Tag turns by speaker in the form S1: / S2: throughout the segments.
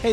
S1: Hey,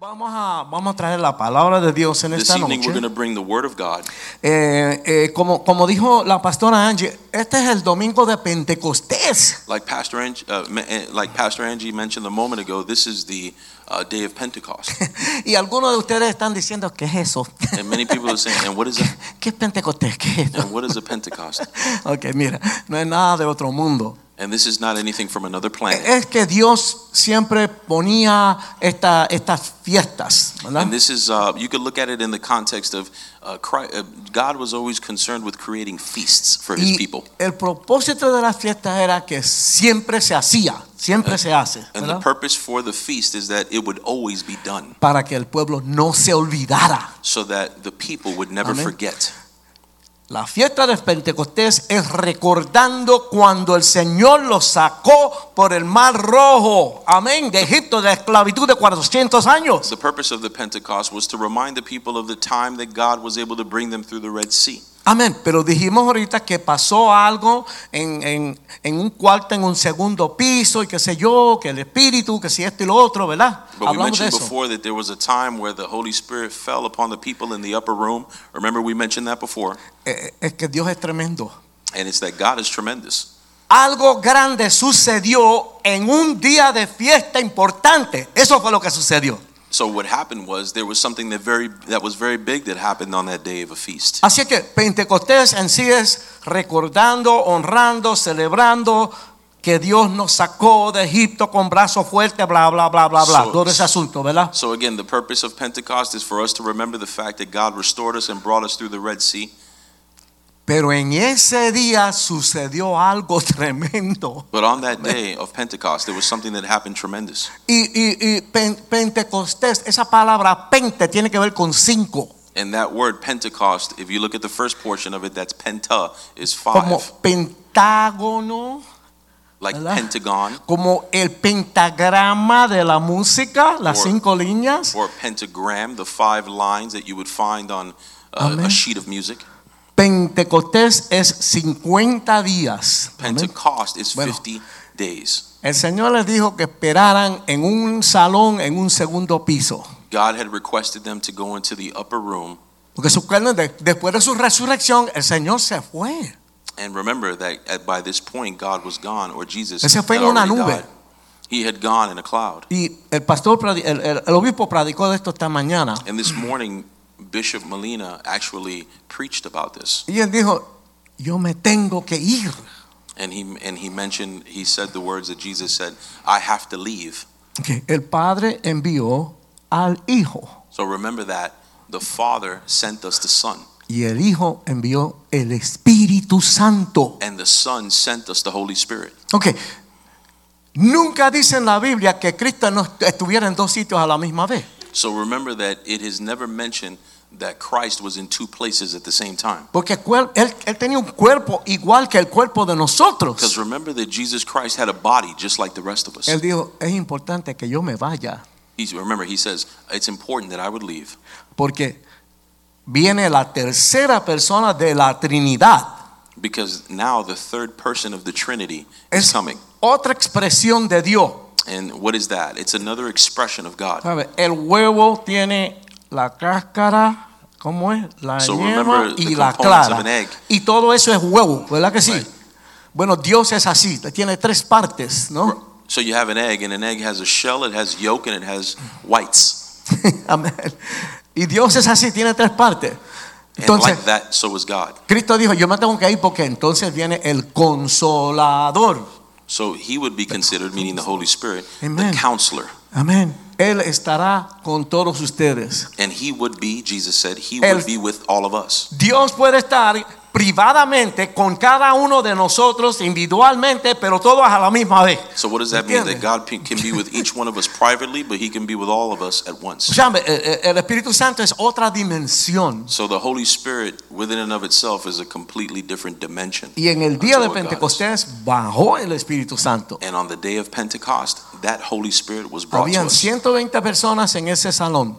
S2: Vamos a, vamos a traer la palabra de Dios en
S3: This
S2: esta
S3: evening,
S2: noche.
S3: we're going to bring the Word of God.
S2: Eh, eh, como, como dijo la pastora Angie, este es el domingo de Pentecostés.
S3: Like Pastor, Angie, uh, me- eh, like Pastor Angie mentioned a moment ago, this is the uh, day of Pentecost.
S2: Y algunos de ustedes están diciendo, ¿qué es eso?
S3: And many people are saying, and what is that?
S2: ¿Qué es Pentecostés? ¿Qué es eso?
S3: And what is a Pentecost?
S2: Ok, mira, no es nada de otro mundo. E,
S3: And this is not anything from another planet.
S2: Es que Dios siempre ponía esta- estas fiestas, ¿verdad?
S3: And this is, uh, you could look at it in the context of uh, Chri- uh, God was always concerned with creating feasts for his
S2: Y
S3: people.
S2: el propósito de las fiestas era que siempre se hacía, siempre se hace,
S3: And
S2: ¿verdad?
S3: the purpose for the feast is that it would always be done
S2: para que el pueblo no se olvidara.
S3: so that the people would never
S2: Amén.
S3: forget.
S2: La fiesta de Pentecostés es recordando cuando el Señor los sacó por el mar rojo, amén, de Egipto, de la esclavitud de 400 años.
S3: The purpose of the Pentecost was to remind the people of the time that God was able to bring them through the Red Sea.
S2: Amén, pero dijimos ahorita que pasó algo en, en- en un cuarto, en un segundo piso y qué sé yo, que el espíritu, que si esto y lo otro, ¿verdad?
S3: But we
S2: Hablamos de
S3: mentioned
S2: eso.
S3: before that there was a time where the Holy Spirit fell upon the people in the upper room. Remember, we mentioned that before.
S2: Eh, Es que Dios es tremendo.
S3: And it's that God is tremendous.
S2: Algo grande sucedió en un día de fiesta importante. Eso fue lo que sucedió.
S3: So what happened was there was something that very that was very big that happened on that day of a feast.
S2: Así que Pentecostés en sí es recordando, honrando, celebrando que Dios nos sacó de Egipto con brazos fuertes, bla, bla, bla, bla, bla.
S3: So-
S2: Todo ese asunto, ¿verdad?
S3: So again, the purpose of Pentecost is for us to remember the fact that God restored us and brought us through the Red Sea.
S2: Pero en ese día sucedió algo tremendo.
S3: But on that day of Pentecost, there was something that happened tremendous.
S2: Y, y- y Pen- Pentecostés, esa palabra pente tiene que ver con cinco.
S3: And that word Pentecost, if you look at the first portion of it, that's penta is
S2: Como
S3: five,
S2: pentágono,
S3: like
S2: ¿verdad?
S3: pentagon
S2: como el pentagrama de la música, las
S3: Or-
S2: cinco líneas.
S3: or pentagram, the five lines that you would find on uh,
S2: Amen.
S3: a sheet of music.
S2: Pentecostés es 50 días. Amén.
S3: Pentecost is
S2: Bueno.
S3: 50 days.
S2: El Señor les dijo que esperaran en un salón, en un segundo piso.
S3: God had requested them to go into the upper room.
S2: Porque su carne, de- después de su resurrección, el Señor se fue.
S3: And remember that at, by this point, God was gone, or Jesus
S2: Él se fue
S3: had
S2: en una
S3: already
S2: nube.
S3: died. He had gone in a cloud.
S2: Y el pastor, predi- el, el- el obispo predicó de esto esta mañana.
S3: And this morning, Bishop Molina actually preached about this.
S2: Y él dijo, yo me tengo que ir.
S3: And he, and he mentioned, he said the words that Jesus said, I have to leave.
S2: Que el Padre envió al Hijo.
S3: So remember that the Father sent us the Son,
S2: Y el Hijo envió el Espíritu Santo.
S3: and the Son sent us the Holy Spirit.
S2: Ok. Nunca dice en la Biblia que Cristo no est- estuviera en dos sitios a la misma vez.
S3: So remember that it is never mentioned that Christ was in two places at the same time.
S2: Porque cuer- él, él tenía un cuerpo igual que el cuerpo de
S3: Because
S2: nosotros.
S3: remember that Jesus Christ had a body just like the rest of us.
S2: Él dijo, es importante que yo me vaya.
S3: He's, remember, he says, It's important that I would leave
S2: Porque viene la tercera persona de la Trinidad.
S3: because now the third person of the Trinity is
S2: Es
S3: coming.
S2: otra expresión de Dios.
S3: And what is that? It's another expression of God.
S2: ¿Sabe? El huevo tiene la cáscara. ¿Cómo es? La
S3: So
S2: yema
S3: remember the
S2: y la
S3: components
S2: clara.
S3: of an egg.
S2: Y todo eso es huevo, ¿verdad que sí?
S3: Right.
S2: Bueno, Dios es así, tiene tres partes, ¿no?
S3: So you have an egg, and an egg has a shell, it has yolk, and it has whites.
S2: Amén. Y Dios es así, tiene tres partes.
S3: And
S2: Entonces,
S3: like that, so is God.
S2: Cristo dijo, yo me tengo que ir porque entonces viene el consolador.
S3: So he would be considered, meaning the Holy Spirit,
S2: Amen.
S3: the counselor.
S2: Amén. Él estará con todos ustedes.
S3: And he would be, Jesus said, he
S2: El-
S3: would be with all of us.
S2: Dios puede estar privadamente con cada uno de nosotros individualmente, pero todos a la misma vez.
S3: So what does that mean?
S2: Entiende?
S3: That God pe- can be with each one of us privately, but He can be with all of us at once.
S2: Escuchame, eh, eh, el Espíritu Santo es otra dimensión.
S3: So the Holy Spirit, within and of itself, is a completely different dimension.
S2: Y en el día
S3: unto
S2: de
S3: what God is.
S2: Pentecostés bajó el Espíritu Santo.
S3: And on the day of Pentecost, that Holy Spirit was brought to
S2: Habían
S3: us.
S2: 120 personas en ese salón.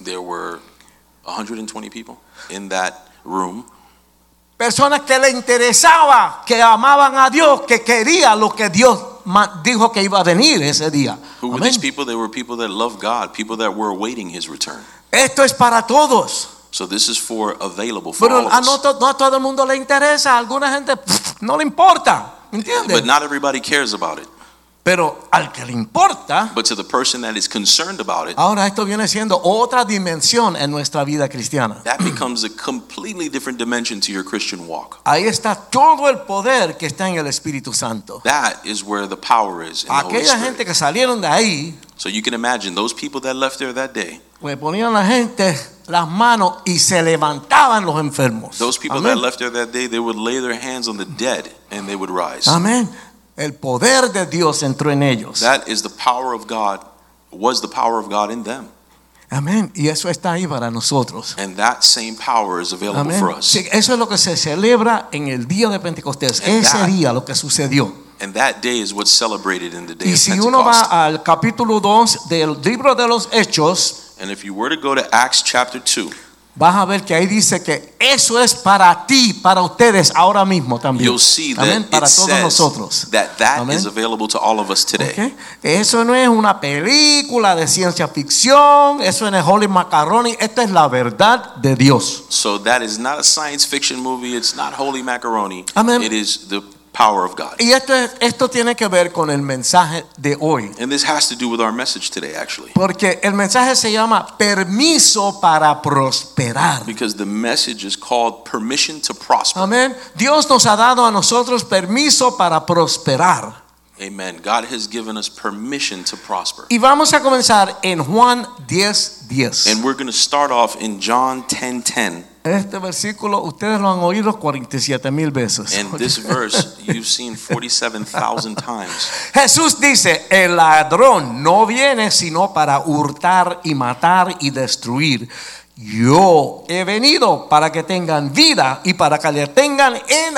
S3: There were 120 people in that room.
S2: Personas que le interesaba, que amaban a Dios, que querían lo que Dios ma- dijo que iba a venir ese día.
S3: Who were
S2: Amén.
S3: these people? They were people that loved God, people that were awaiting His return.
S2: Esto es para todos.
S3: So this is for available for all
S2: Pero
S3: of
S2: a no,
S3: us.
S2: to- no a todo el mundo le interesa, a alguna gente pff, no le importa.
S3: But
S2: ¿Entiendes?
S3: not everybody cares about it.
S2: Pero al que le importa,
S3: But to the person that is concerned about it,
S2: ahora esto viene siendo otra dimensión en nuestra vida cristiana.
S3: that becomes a completely different dimension to your Christian walk.
S2: Ahí está todo el poder que está en el Espíritu Santo.
S3: That is where the power is in the Holy
S2: Aquella
S3: Spirit.
S2: gente que salieron de ahí,
S3: So you can imagine those people that left there that day,
S2: le Pues ponían a la gente las manos y se levantaban los enfermos.
S3: those people that
S2: Amén.
S3: left there that day, they would lay their hands on the dead and they would rise.
S2: Amén. El poder de Dios entró en ellos.
S3: That is the power of God, was the power of God in them.
S2: Amén. Y eso está ahí para nosotros.
S3: And that same power is available
S2: Amén.
S3: for us.
S2: Sí, eso es lo que se celebra en el día de Pentecostés.
S3: And
S2: Ese
S3: that-
S2: día lo que sucedió.
S3: And that day is what's celebrated in the day
S2: Y
S3: of
S2: si
S3: Pentecost.
S2: uno va al capítulo 2 del libro de los Hechos,
S3: and if you were to go to Acts chapter 2,
S2: vas a ver que ahí dice que eso es para ti, para ustedes ahora mismo también.
S3: you'll see that
S2: Amén. Para
S3: it
S2: todos
S3: says
S2: nosotros.
S3: that that
S2: Amén.
S3: is available to all of us today.
S2: Ok. Eso no es una película de ciencia ficción, eso no es Holy Macaroni, esta es la verdad de Dios.
S3: So that is not a science fiction movie. It's not holy macaroni.
S2: Amen.
S3: It is the power of God.
S2: Y esto, es- esto tiene que ver con el mensaje de hoy,
S3: And this has to do with our message today, actually,
S2: porque el mensaje se llama permiso para prosperar.
S3: because the message is called permission to prosper.
S2: Amén. Dios nos ha dado a nosotros permiso para prosperar.
S3: Amen. God has given us permission to prosper.
S2: Y vamos a comenzar en Juan 10:10.
S3: And we're going to start off in John 10:10.
S2: Este versículo ustedes lo han oído 47 mil veces.
S3: And this verse you've seen 47,000 times.
S2: Jesús dice, el ladrón no viene sino para hurtar y matar y destruir. Yo he venido para que tengan vida y para que le tengan en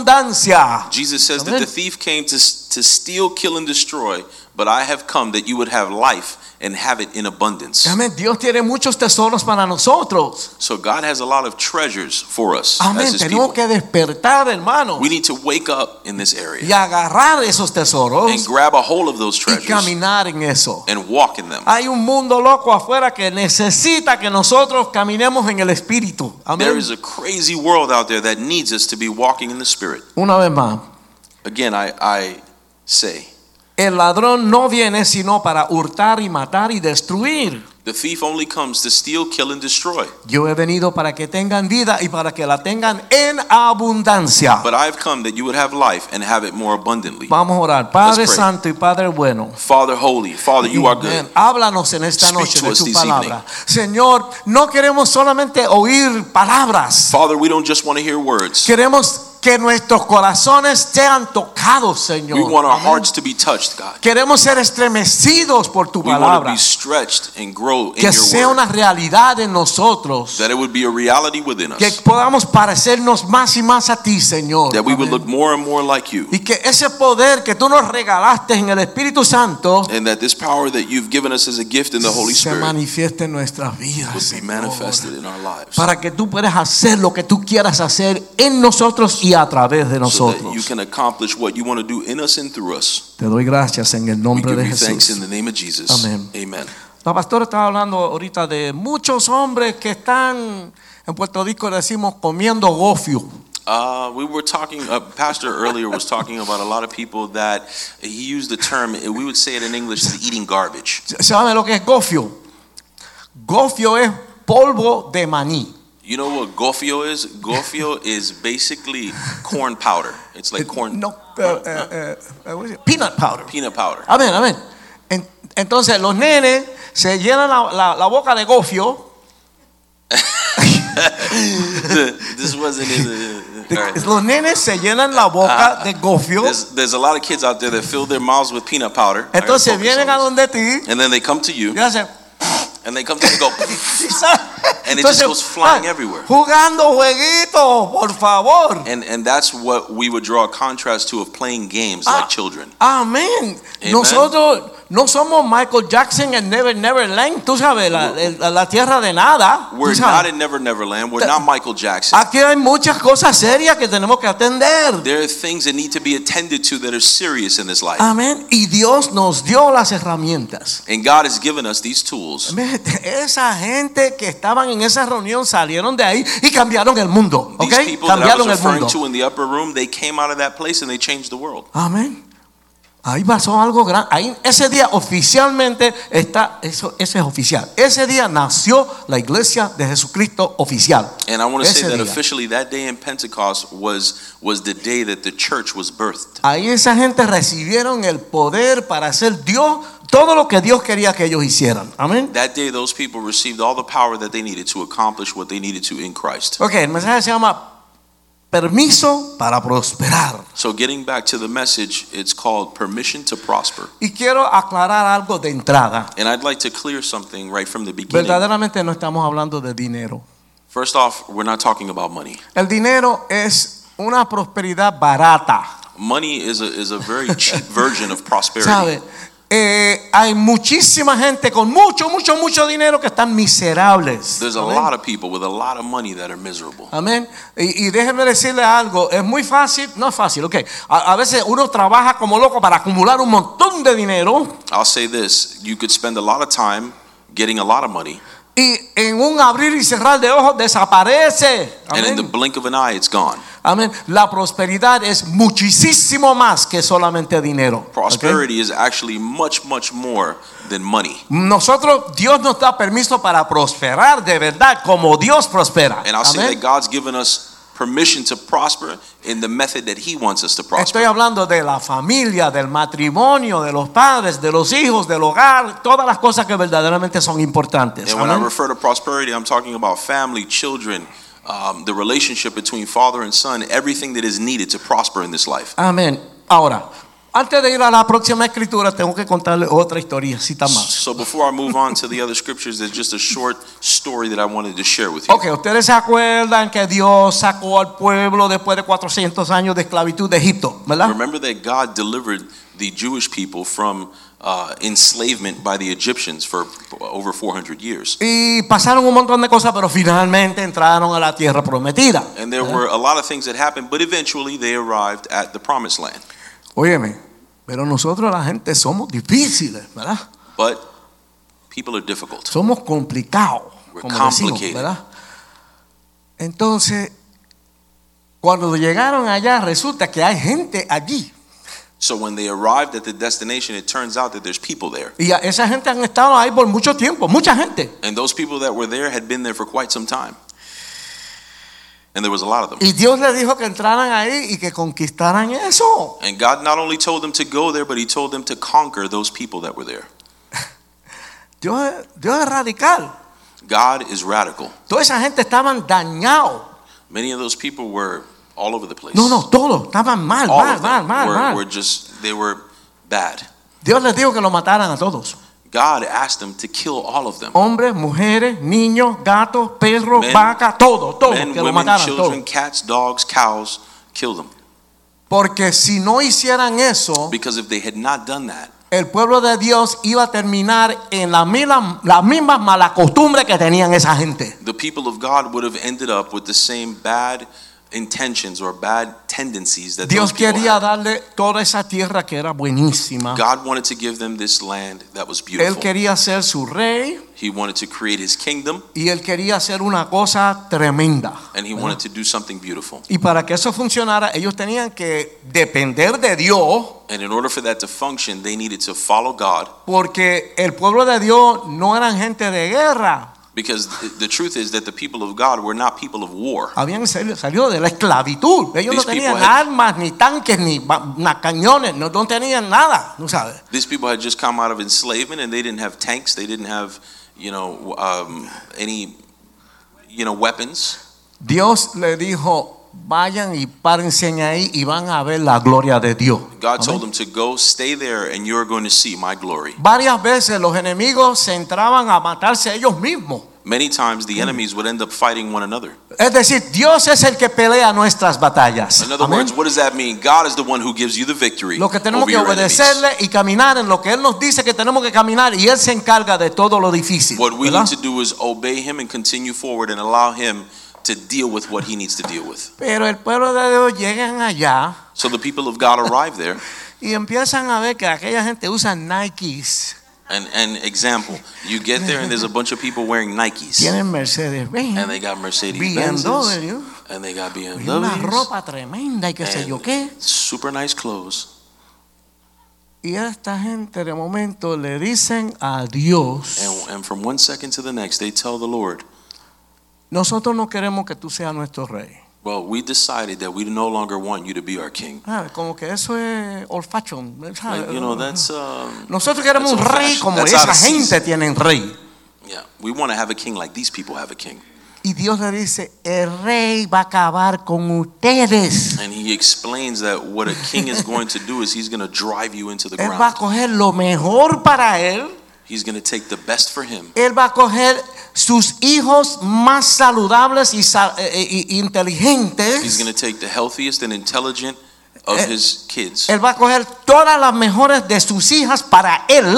S2: abundancia.
S3: Jesus says that
S2: Amen.
S3: the thief came to, to steal, kill, and destroy, but I have come that you would have life and have it in abundance.
S2: Amén. Dios tiene muchos tesoros para nosotros.
S3: So God has a lot of treasures for us as
S2: Amén.
S3: His
S2: Tenemos que
S3: people.
S2: despertar, hermano,
S3: We need to wake up in this
S2: y
S3: area
S2: agarrar esos tesoros
S3: and grab a hold of those
S2: y
S3: treasures
S2: caminar en eso.
S3: and walk in them.
S2: Hay un mundo loco afuera que necesita que nosotros caminemos en el espíritu.
S3: There
S2: Amén.
S3: is a crazy world out there that needs us to be walking in the Spirit.
S2: Una vez más,
S3: Again, I, I say,
S2: el ladrón no viene sino para hurtar y matar y destruir.
S3: the thief only comes to steal, kill, and destroy,
S2: Yo he venido para que tengan vida y para que la tengan en abundancia.
S3: but I have come that you would have life and have it more abundantly.
S2: Vamos a orar. Padre
S3: Let's pray.
S2: santo y Padre bueno.
S3: Father, holy, Father, you are good.
S2: Ven, háblanos en esta
S3: Speak
S2: noche
S3: to
S2: de
S3: us
S2: tu
S3: this
S2: palabra. Señor, no queremos solamente oír palabras.
S3: Father, we don't just want to hear words.
S2: Queremos que nuestros corazones sean tocados, Señor.
S3: We want our
S2: Amén.
S3: hearts to be touched, God.
S2: Queremos ser estremecidos por tu
S3: We want to
S2: palabra.
S3: be stretched and grow in
S2: Que sea
S3: your
S2: una
S3: word.
S2: realidad en nosotros.
S3: That it would be a reality within
S2: Que
S3: us.
S2: podamos parecernos más y más a ti, Señor.
S3: That we would
S2: Amén.
S3: look more and more like you.
S2: Y que ese poder que tú nos regalaste en el Espíritu Santo
S3: And that this power that you've given us as a gift in the Holy
S2: se
S3: Spirit
S2: manifieste en nuestras vidas.
S3: would be
S2: Señor.
S3: manifested in our lives.
S2: Para que tú puedas hacer lo que tú quieras hacer en nosotros y a través de
S3: So that you
S2: nosotros.
S3: can accomplish what you want to do in us and through us.
S2: Te doy gracias en el
S3: We
S2: nombre
S3: give
S2: de
S3: you thanks in
S2: Jesús.
S3: the name of Jesus.
S2: Amén.
S3: Amen.
S2: La pastora estaba hablando ahorita de muchos hombres que están en Puerto Rico decimos comiendo gofio.
S3: Uh, we were talking, uh, Pastor earlier was talking about a lot of people that he used the term, we would say it in English, is eating garbage.
S2: ¿Saben lo que es gofio? Gofio es polvo de maní.
S3: You know what gofio is? Gofio is basically corn powder. It's like corn
S2: No, eh, eh, eh, eh, what is it? peanut powder.
S3: peanut powder.
S2: Amén, amén. En- Entonces los nenes se llenan la, la- la boca de gofio
S3: this wasn't in the. all right.
S2: Los nenes se llenan la
S3: Ah,
S2: boca de gofios.
S3: There's, there's a lot of kids out there that fill their mouths with peanut powder. All right,
S2: Entonces
S3: focus
S2: vienen a
S3: on
S2: donde ti
S3: this. and then they come to you,
S2: y hacen.
S3: and they come to you and go,
S2: y sal-
S3: And it
S2: Entonces,
S3: just goes flying
S2: ah,
S3: everywhere.
S2: Jugando jueguito, por favor.
S3: and and that's what we would draw a contrast to of playing games
S2: Ah.
S3: like children.
S2: Amén.
S3: Amen.
S2: Nosotros no somos Michael Jackson en Never Never Land, tú sabes, la, el- la tierra de nada. tú
S3: We're
S2: sabes.
S3: not in Never Never Land. We're
S2: Th-
S3: not Michael Jackson.
S2: Aquí hay muchas cosas serias que tenemos que atender.
S3: There are things that need to be attended to that are serious in this life.
S2: Amén. Y Dios nos dio las herramientas.
S3: And God has given us these tools.
S2: Amén. Esa gente que estaban en esa reunión salieron de ahí y cambiaron el mundo. ¿Ok?
S3: These people that I
S2: Cambiaron el
S3: was referring
S2: mundo.
S3: to in the upper room, they came out of that place and they changed the world.
S2: Amén. Ahí pasó algo grande. Ahí, ese día oficialmente está, eso, ese es oficial. Ese día nació la iglesia de Jesucristo oficial.
S3: And I want to
S2: Ese
S3: say that
S2: día.
S3: officially that day in Pentecost was was the day that the church was birthed.
S2: Ahí esa gente recibieron el poder para hacer Dios todo lo que Dios quería que ellos hicieran. Amén.
S3: That day those people received all the power that they needed to accomplish what they needed to in Christ.
S2: Ok, el mensaje se llama Permiso para prosperar.
S3: So getting back to the message, it's called permission to prosper.
S2: Y quiero aclarar algo de entrada.
S3: And I'd like to clear something right from the beginning.
S2: Verdaderamente no estamos hablando de dinero.
S3: First off, we're not talking about money.
S2: El dinero es una prosperidad barata.
S3: Money is a is a very cheap version of prosperity.
S2: ¿Sabe? Eh, hay muchísima gente con mucho, mucho, mucho dinero que están miserables.
S3: There's a
S2: Amén.
S3: lot of people with a lot of money that are miserable.
S2: Amén. Y, y déjenme decirle algo, es muy fácil, no es fácil, ok. A, a veces uno trabaja como loco para acumular un montón de dinero
S3: I'll say this, you could spend a lot of time getting a lot of money
S2: y en un abrir y cerrar de ojos desaparece.
S3: and in the
S2: Amén.
S3: blink of an eye it's gone.
S2: Amén. La prosperidad es muchísimo más que solamente dinero. ¿ok?
S3: Prosperity is actually much, much more than money.
S2: Nosotros, Dios nos da permiso para prosperar de verdad como Dios prospera.
S3: And I'll say
S2: Amén.
S3: that God's given us permission to prosper in the method that He wants us to prosper.
S2: Estoy hablando de la familia, del matrimonio, de los padres, de los hijos, del hogar, todas las cosas que verdaderamente son importantes.
S3: And when I
S2: Amén.
S3: refer to prosperity, I'm talking about family, children, um, the relationship between father and son, everything that is needed to prosper in this life.
S2: Amén. Ahora, antes de ir a la próxima escritura, tengo que contarle otra historicita más.
S3: So before I move on to the other scriptures, there's just a short story that I wanted to share with you.
S2: Ok, ustedes se acuerdan que Dios sacó al pueblo después de 400 años de esclavitud de Egipto, ¿verdad?
S3: Remember that God delivered the Jewish people from uh, enslavement by the Egyptians for over 400 years.
S2: Y pasaron un montón de cosas, pero finalmente entraron a la tierra prometida.
S3: And there were a lot of things that happened, but eventually they arrived at the promised land.
S2: Óyeme, pero nosotros la gente somos difíciles, ¿verdad?
S3: But people are difficult.
S2: Somos complicados,
S3: We're
S2: como decimos,
S3: complicated.
S2: ¿verdad? Entonces, cuando llegaron allá, resulta que hay gente allí.
S3: So when they arrived at the destination, it turns out that there's people there.
S2: Y a- esa gente han estado ahí por mucho tiempo, mucha gente.
S3: And those people that were there had been there for quite some time. And there was a lot of them.
S2: Y Dios les dijo que entraran ahí y que conquistaran eso.
S3: And God not only told them to go there, but He told them to conquer those people that were there.
S2: Dios, Dios es radical.
S3: God is radical.
S2: Toda esa gente estaban dañados.
S3: Many of those people were all over the place.
S2: No, no, todos estaban mal,
S3: all
S2: mal,
S3: of them
S2: mal, mal,
S3: were,
S2: mal.
S3: were just they were bad.
S2: Dios les dijo que lo mataran a todos.
S3: God asked them to kill all of them.
S2: Hombres, mujeres, niños, gatos, perros,
S3: Men-
S2: vacas, todo, todo,
S3: Men,
S2: que lo
S3: women,
S2: mataran todos.
S3: children, cats, dogs, cows, kill them.
S2: Porque si no hicieran eso,
S3: Because if they had not done that,
S2: el pueblo de Dios iba a terminar en la, mila- la misma mala costumbre que tenían esa gente.
S3: the people of God would have ended up with the same bad intentions or bad tendencies that
S2: Dios
S3: those people
S2: quería
S3: had.
S2: darle toda esa tierra que era buenísima.
S3: God wanted to give them this land that was
S2: Él
S3: beautiful.
S2: quería ser su rey
S3: He wanted to create his kingdom
S2: y él quería hacer una cosa tremenda.
S3: and he wanted to do something beautiful.
S2: Y para que eso funcionara, ellos tenían que depender de Dios,
S3: And in order for that to function, they needed to follow God
S2: porque el pueblo de Dios no eran gente de guerra.
S3: because th- the truth is that the people of God were not people of war.
S2: Habían sali- salido de la esclavitud. Ellos no
S3: These
S2: tenían
S3: people had-
S2: armas, ni tanques, ni ba- na- cañones, no, no tenían nada, ¿no sabes?
S3: These people had just come out of enslavement, and they didn't have tanks. They didn't have, you know, um, any, you know, weapons.
S2: Dios le dijo, vayan y párense ahí y van a ver la gloria de Dios.
S3: God
S2: Amén.
S3: told them to go, stay there, and you're going to see my glory.
S2: Varias veces los enemigos se entraban a matarse ellos mismos.
S3: Many times the enemies would end up fighting one another.
S2: Es decir, Dios es el que pelea nuestras batallas.
S3: In other
S2: Amén.
S3: words, what does that mean? God is the one who gives you the victory.
S2: Lo que tenemos
S3: over
S2: que
S3: your enemies.
S2: obedecerle y caminar en lo que Él nos dice que tenemos que caminar y Él se encarga de todo lo difícil.
S3: What we
S2: ¿verdad?
S3: need to do is obey him and continue forward and allow him to deal with what he needs to deal with.
S2: Pero el pueblo de Dios llegan allá
S3: So the people of God arrive there.
S2: y empiezan a ver que aquella gente usa Nikes,
S3: And an example, you get there and there's a bunch of people wearing Nikes.
S2: tienen Mercedes,
S3: And
S2: Benz,
S3: they got Mercedes Benzes.
S2: BMW,
S3: And they got
S2: y una
S3: BMWs.
S2: ropa tremenda y qué sé yo qué.
S3: And super nice clothes.
S2: Y a esta gente de momento le dicen a Dios,
S3: And, and from one second to the next, they tell the Lord,
S2: nosotros no queremos que tú seas nuestro rey.
S3: Well, we decided that we no longer want you to be our king.
S2: Ah, Como que eso es old fashion. ¿sabes?
S3: Like, you know, that's, um,
S2: Nosotros queremos un
S3: That's old
S2: rey
S3: fashioned.
S2: como
S3: That's out
S2: esa
S3: of season.
S2: gente tienen rey.
S3: yeah, we want to have a king like these people have a king.
S2: Y Dios le dice, el rey va a acabar con ustedes.
S3: And he explains that what a king is going to do is he's going to drive you into the
S2: Él va a
S3: ground.
S2: coger lo mejor para él.
S3: He's going to take the best for him.
S2: Él va a coger sus hijos más saludables y, sa- eh, eh, y
S3: He's going
S2: inteligentes.
S3: to take the healthiest and intelligent of
S2: Eh,
S3: his kids.
S2: Él va a coger todas las mejores de sus hijas para él.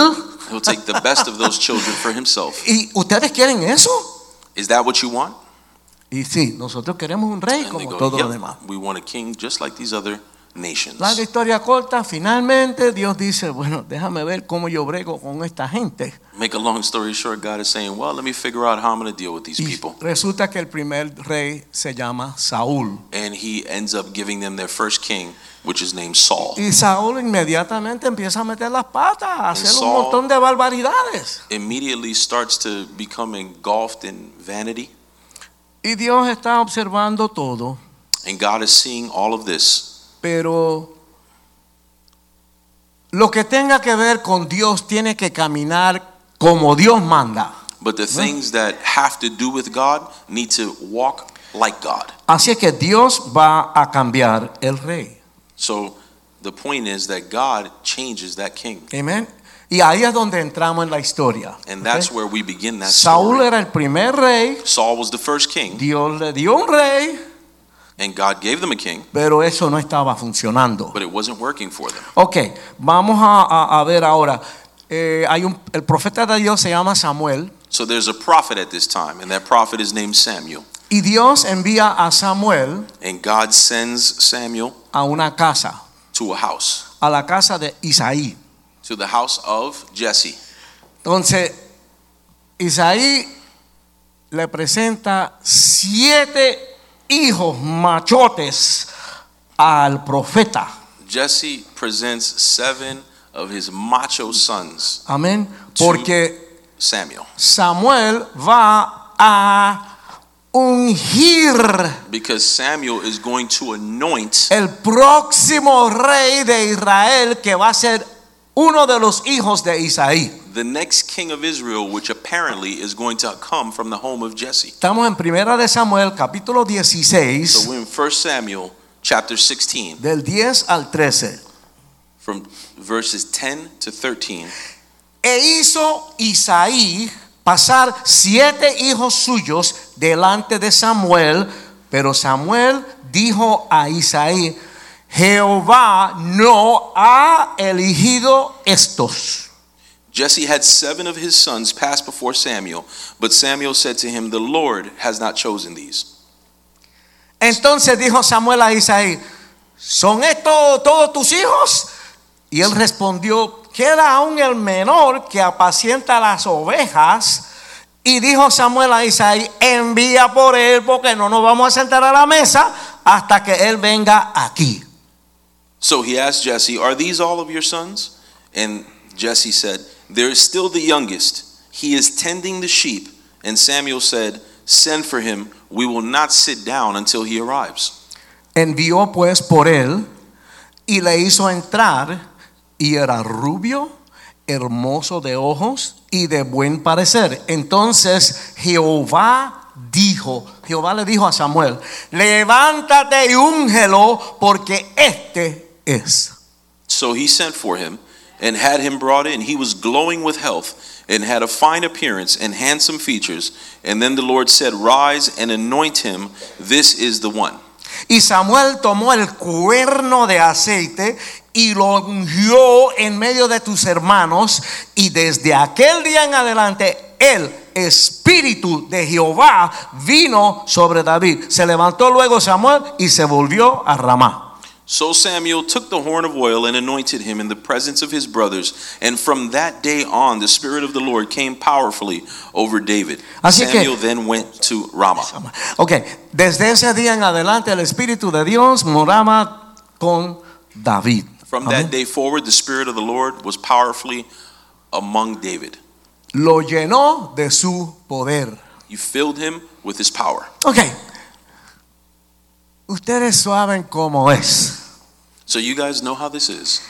S3: He'll take the best of those children for himself.
S2: ¿Y ustedes quieren eso?
S3: Is that what you want?
S2: Y sí, nosotros queremos un rey
S3: And they
S2: como
S3: go,
S2: todo lo
S3: "Yep,
S2: demás.
S3: we want a king just like these other nations.
S2: Larga historia corta, finalmente Dios dice, bueno, déjame ver cómo yo brego con esta gente.
S3: Make a long story short, God is saying, well, let me figure out how I'm going to deal with these
S2: Y
S3: people.
S2: resulta que el primer rey se llama Saúl.
S3: And he ends up giving them their first king, which is named Saul.
S2: Y Saúl inmediatamente empieza a meter las patas, a hacer un
S3: Saul-
S2: montón de barbaridades.
S3: Immediately starts to become engulfed in vanity.
S2: Y Dios está observando todo,
S3: And God is seeing all of this.
S2: pero lo que tenga que ver con Dios tiene que caminar como Dios manda.
S3: But the things that have to do with God need to walk like God.
S2: Así es que Dios va a cambiar el rey.
S3: So the point is that God changes that king.
S2: Amén. Y ahí es donde entramos en la historia.
S3: And
S2: ¿ok?
S3: that's where we begin that
S2: Saúl
S3: story.
S2: era el primer rey,
S3: Saul was the first king,
S2: Dios le dio un rey,
S3: and God gave them a king,
S2: pero eso no estaba funcionando.
S3: but it wasn't working for them.
S2: Ok, vamos a, a- a ver ahora. Eh, hay un, el profeta de Dios se llama Samuel
S3: So there's a prophet at this time, and that prophet is named Samuel.
S2: y Dios envía a Samuel
S3: And God sends Samuel
S2: a una casa,
S3: to a house,
S2: a la casa de Isaí.
S3: to the house of Jesse.
S2: Entonces, Isaí le presenta siete hijos machotes al profeta.
S3: Jesse presents seven of his macho sons,
S2: Amén.
S3: Sí.
S2: Porque
S3: Samuel,
S2: Samuel va a ungir
S3: because Samuel is going to anoint
S2: el próximo rey de Israel que va a ser uno de los hijos de Isaí.
S3: the next king of Israel, which apparently is going to come from the home of Jesse.
S2: Estamos en Primera de Samuel capítulo 16
S3: So we're in 1 Samuel chapter 16,
S2: del 10 al 13.
S3: from verses 10 to 13.
S2: E hizo Isaí pasar siete hijos suyos delante de Samuel, pero Samuel dijo a Isaí, Jehová no ha elegido estos.
S3: Jesse had seven of his sons pass before Samuel, but Samuel said to him, The Lord has not chosen these.
S2: Entonces dijo Samuel a Isaí, ¿son estos todos tus hijos? Y él respondió, queda aún el menor que apacienta las ovejas. Y dijo Samuel a Isaí, envía por él porque no nos vamos a sentar a la mesa hasta que él venga aquí.
S3: So he asked Jesse, Are these all of your sons? And Jesse said, There is still the youngest. He is tending the sheep. And Samuel said, Send for him. We will not sit down until he arrives.
S2: Envió pues por él y le hizo entrar y era rubio, hermoso de ojos y de buen parecer. Entonces Jehová dijo, Jehová le dijo a Samuel, levántate y úngelo porque este es.
S3: So he sent for him and had him brought in. He was glowing with health and had a fine appearance and handsome features. And then the Lord said, Rise and anoint him. This is the one.
S2: Y Samuel tomó el cuerno de aceite y lo ungió en medio de tus hermanos. Y desde aquel día en adelante, el espíritu de Jehová vino sobre David. Se levantó luego Samuel y se volvió a Ramá.
S3: So Samuel took the horn of oil and anointed him in the presence of his brothers. And from that day on, the Spirit of the Lord came powerfully over David.
S2: Así que-
S3: Samuel then went to Ramah.
S2: Ok, desde ese día en adelante, el espíritu de Dios moraba con David.
S3: From
S2: Amén.
S3: that day forward, the Spirit of the Lord was powerfully among David.
S2: Lo llenó de su poder.
S3: You filled him with his power.
S2: Ok, ustedes saben cómo es.
S3: So you guys know how this is.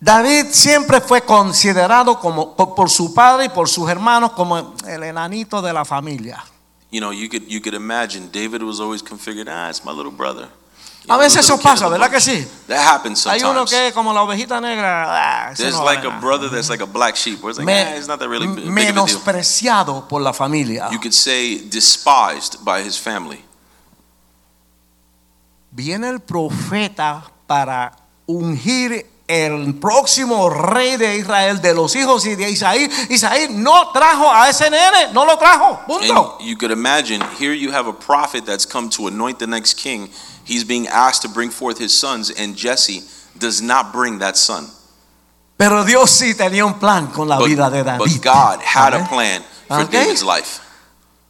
S2: David siempre fue considerado como por, por su padre y por sus hermanos como el enanito de la familia.
S3: You know, you could you could imagine David was always configured, ah, it's my little brother. You
S2: A
S3: know, the
S2: veces eso
S3: little kid of
S2: pasa,
S3: the
S2: ¿verdad que
S3: bunch.
S2: sí?
S3: That happens
S2: Hay uno
S3: sometimes.
S2: que es como la ovejita negra, ah, ese
S3: There's
S2: no
S3: like
S2: vale
S3: a
S2: nada.
S3: brother that's like a black sheep. Where it's like,
S2: Me-
S3: "Ah, it's not that really big big of a deal.
S2: menospreciado por la familia.
S3: You could say despised by his family.
S2: Viene el profeta para ungir el próximo rey de Israel de los hijos y de Isaí. Isaí no trajo a ese nene, no lo trajo. Punto.
S3: And you could imagine here you have a prophet that's come to anoint the next king. He's being asked to bring forth his sons, and Jesse does not bring that son.
S2: Pero Dios sí tenía un plan con la
S3: But,
S2: vida de
S3: but
S2: David.
S3: God had a
S2: Amén.
S3: plan for
S2: Okay.
S3: David's life.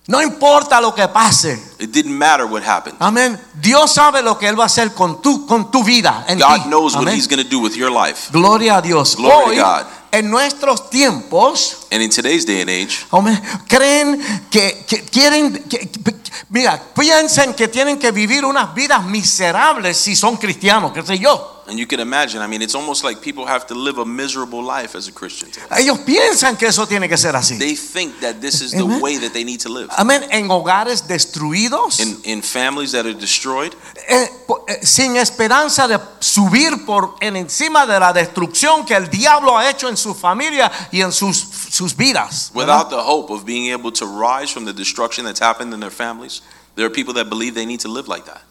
S2: No importa lo que pase.
S3: It didn't matter what happened.
S2: Amén. Dios sabe lo que él va a hacer con tu con tu vida en ti.
S3: God knows what
S2: Amén.
S3: he's going to do with your life.
S2: Gloria a Dios.
S3: Glory to
S2: Hoy
S3: God.
S2: en nuestros tiempos,
S3: And in today's day and age,
S2: amén, creen que, que quieren que- que- mira, piensan que tienen que vivir unas vidas miserables si son cristianos, qué sé yo.
S3: and you can imagine, I mean, it's almost like people have to live a miserable life as a Christian. today.
S2: Ellos piensan que eso tiene que ser así.
S3: They think that this is the
S2: Amen.
S3: way that they need to live.
S2: Amén, en hogares destruidos,
S3: In, in families that are destroyed,
S2: eh, po- eh, sin esperanza de subir por en encima de la destrucción que el diablo ha hecho en su familia y en sus, sus vidas. ¿verdad?
S3: without the hope of being able to rise from the destruction that's happened in their families. There are people that believe they need to live like that.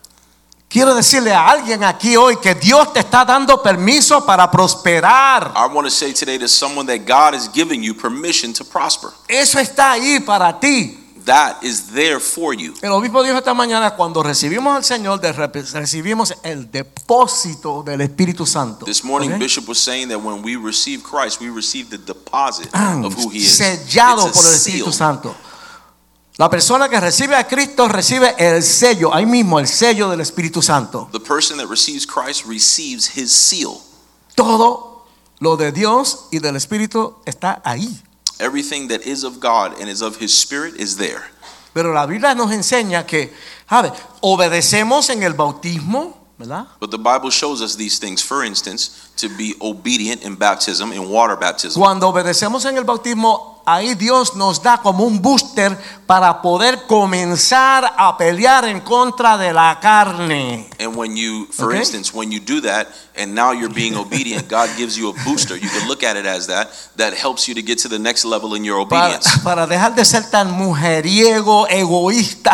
S2: Quiero decirle a alguien aquí hoy que Dios te está dando permiso para prosperar.
S3: I want to say today to someone that God is giving you permission to prosper.
S2: Eso está ahí para ti.
S3: That is there for you.
S2: El obispo dijo esta mañana, cuando recibimos al Señor, de rep- recibimos el depósito del Espíritu Santo.
S3: This morning,
S2: ¿Ok?
S3: Bishop was saying that when we receive Christ, we receive the deposit of who He is.
S2: sellado
S3: It's a
S2: por el Espíritu
S3: seal.
S2: Santo. La persona que recibe a Cristo recibe el sello, ahí mismo el sello del Espíritu Santo.
S3: The person that receives Christ receives His seal.
S2: Todo lo de Dios y del Espíritu está ahí.
S3: Everything that is of God and is of His Spirit is there.
S2: Pero la Biblia nos enseña que, ¿sabe? Obedecemos en el bautismo, ¿verdad?
S3: But the Bible shows us these things. For instance, to be obedient in baptism, in water baptism.
S2: Cuando obedecemos en el bautismo, ahí Dios nos da como un booster para poder comenzar a pelear en contra de la carne.
S3: And when you, for
S2: Okay.
S3: instance, when you do that, and now you're being obedient, God gives you a booster. You can look at it as that. That helps you to get to the next level in your
S2: Para,
S3: obedience.
S2: para dejar de ser tan mujeriego, egoísta,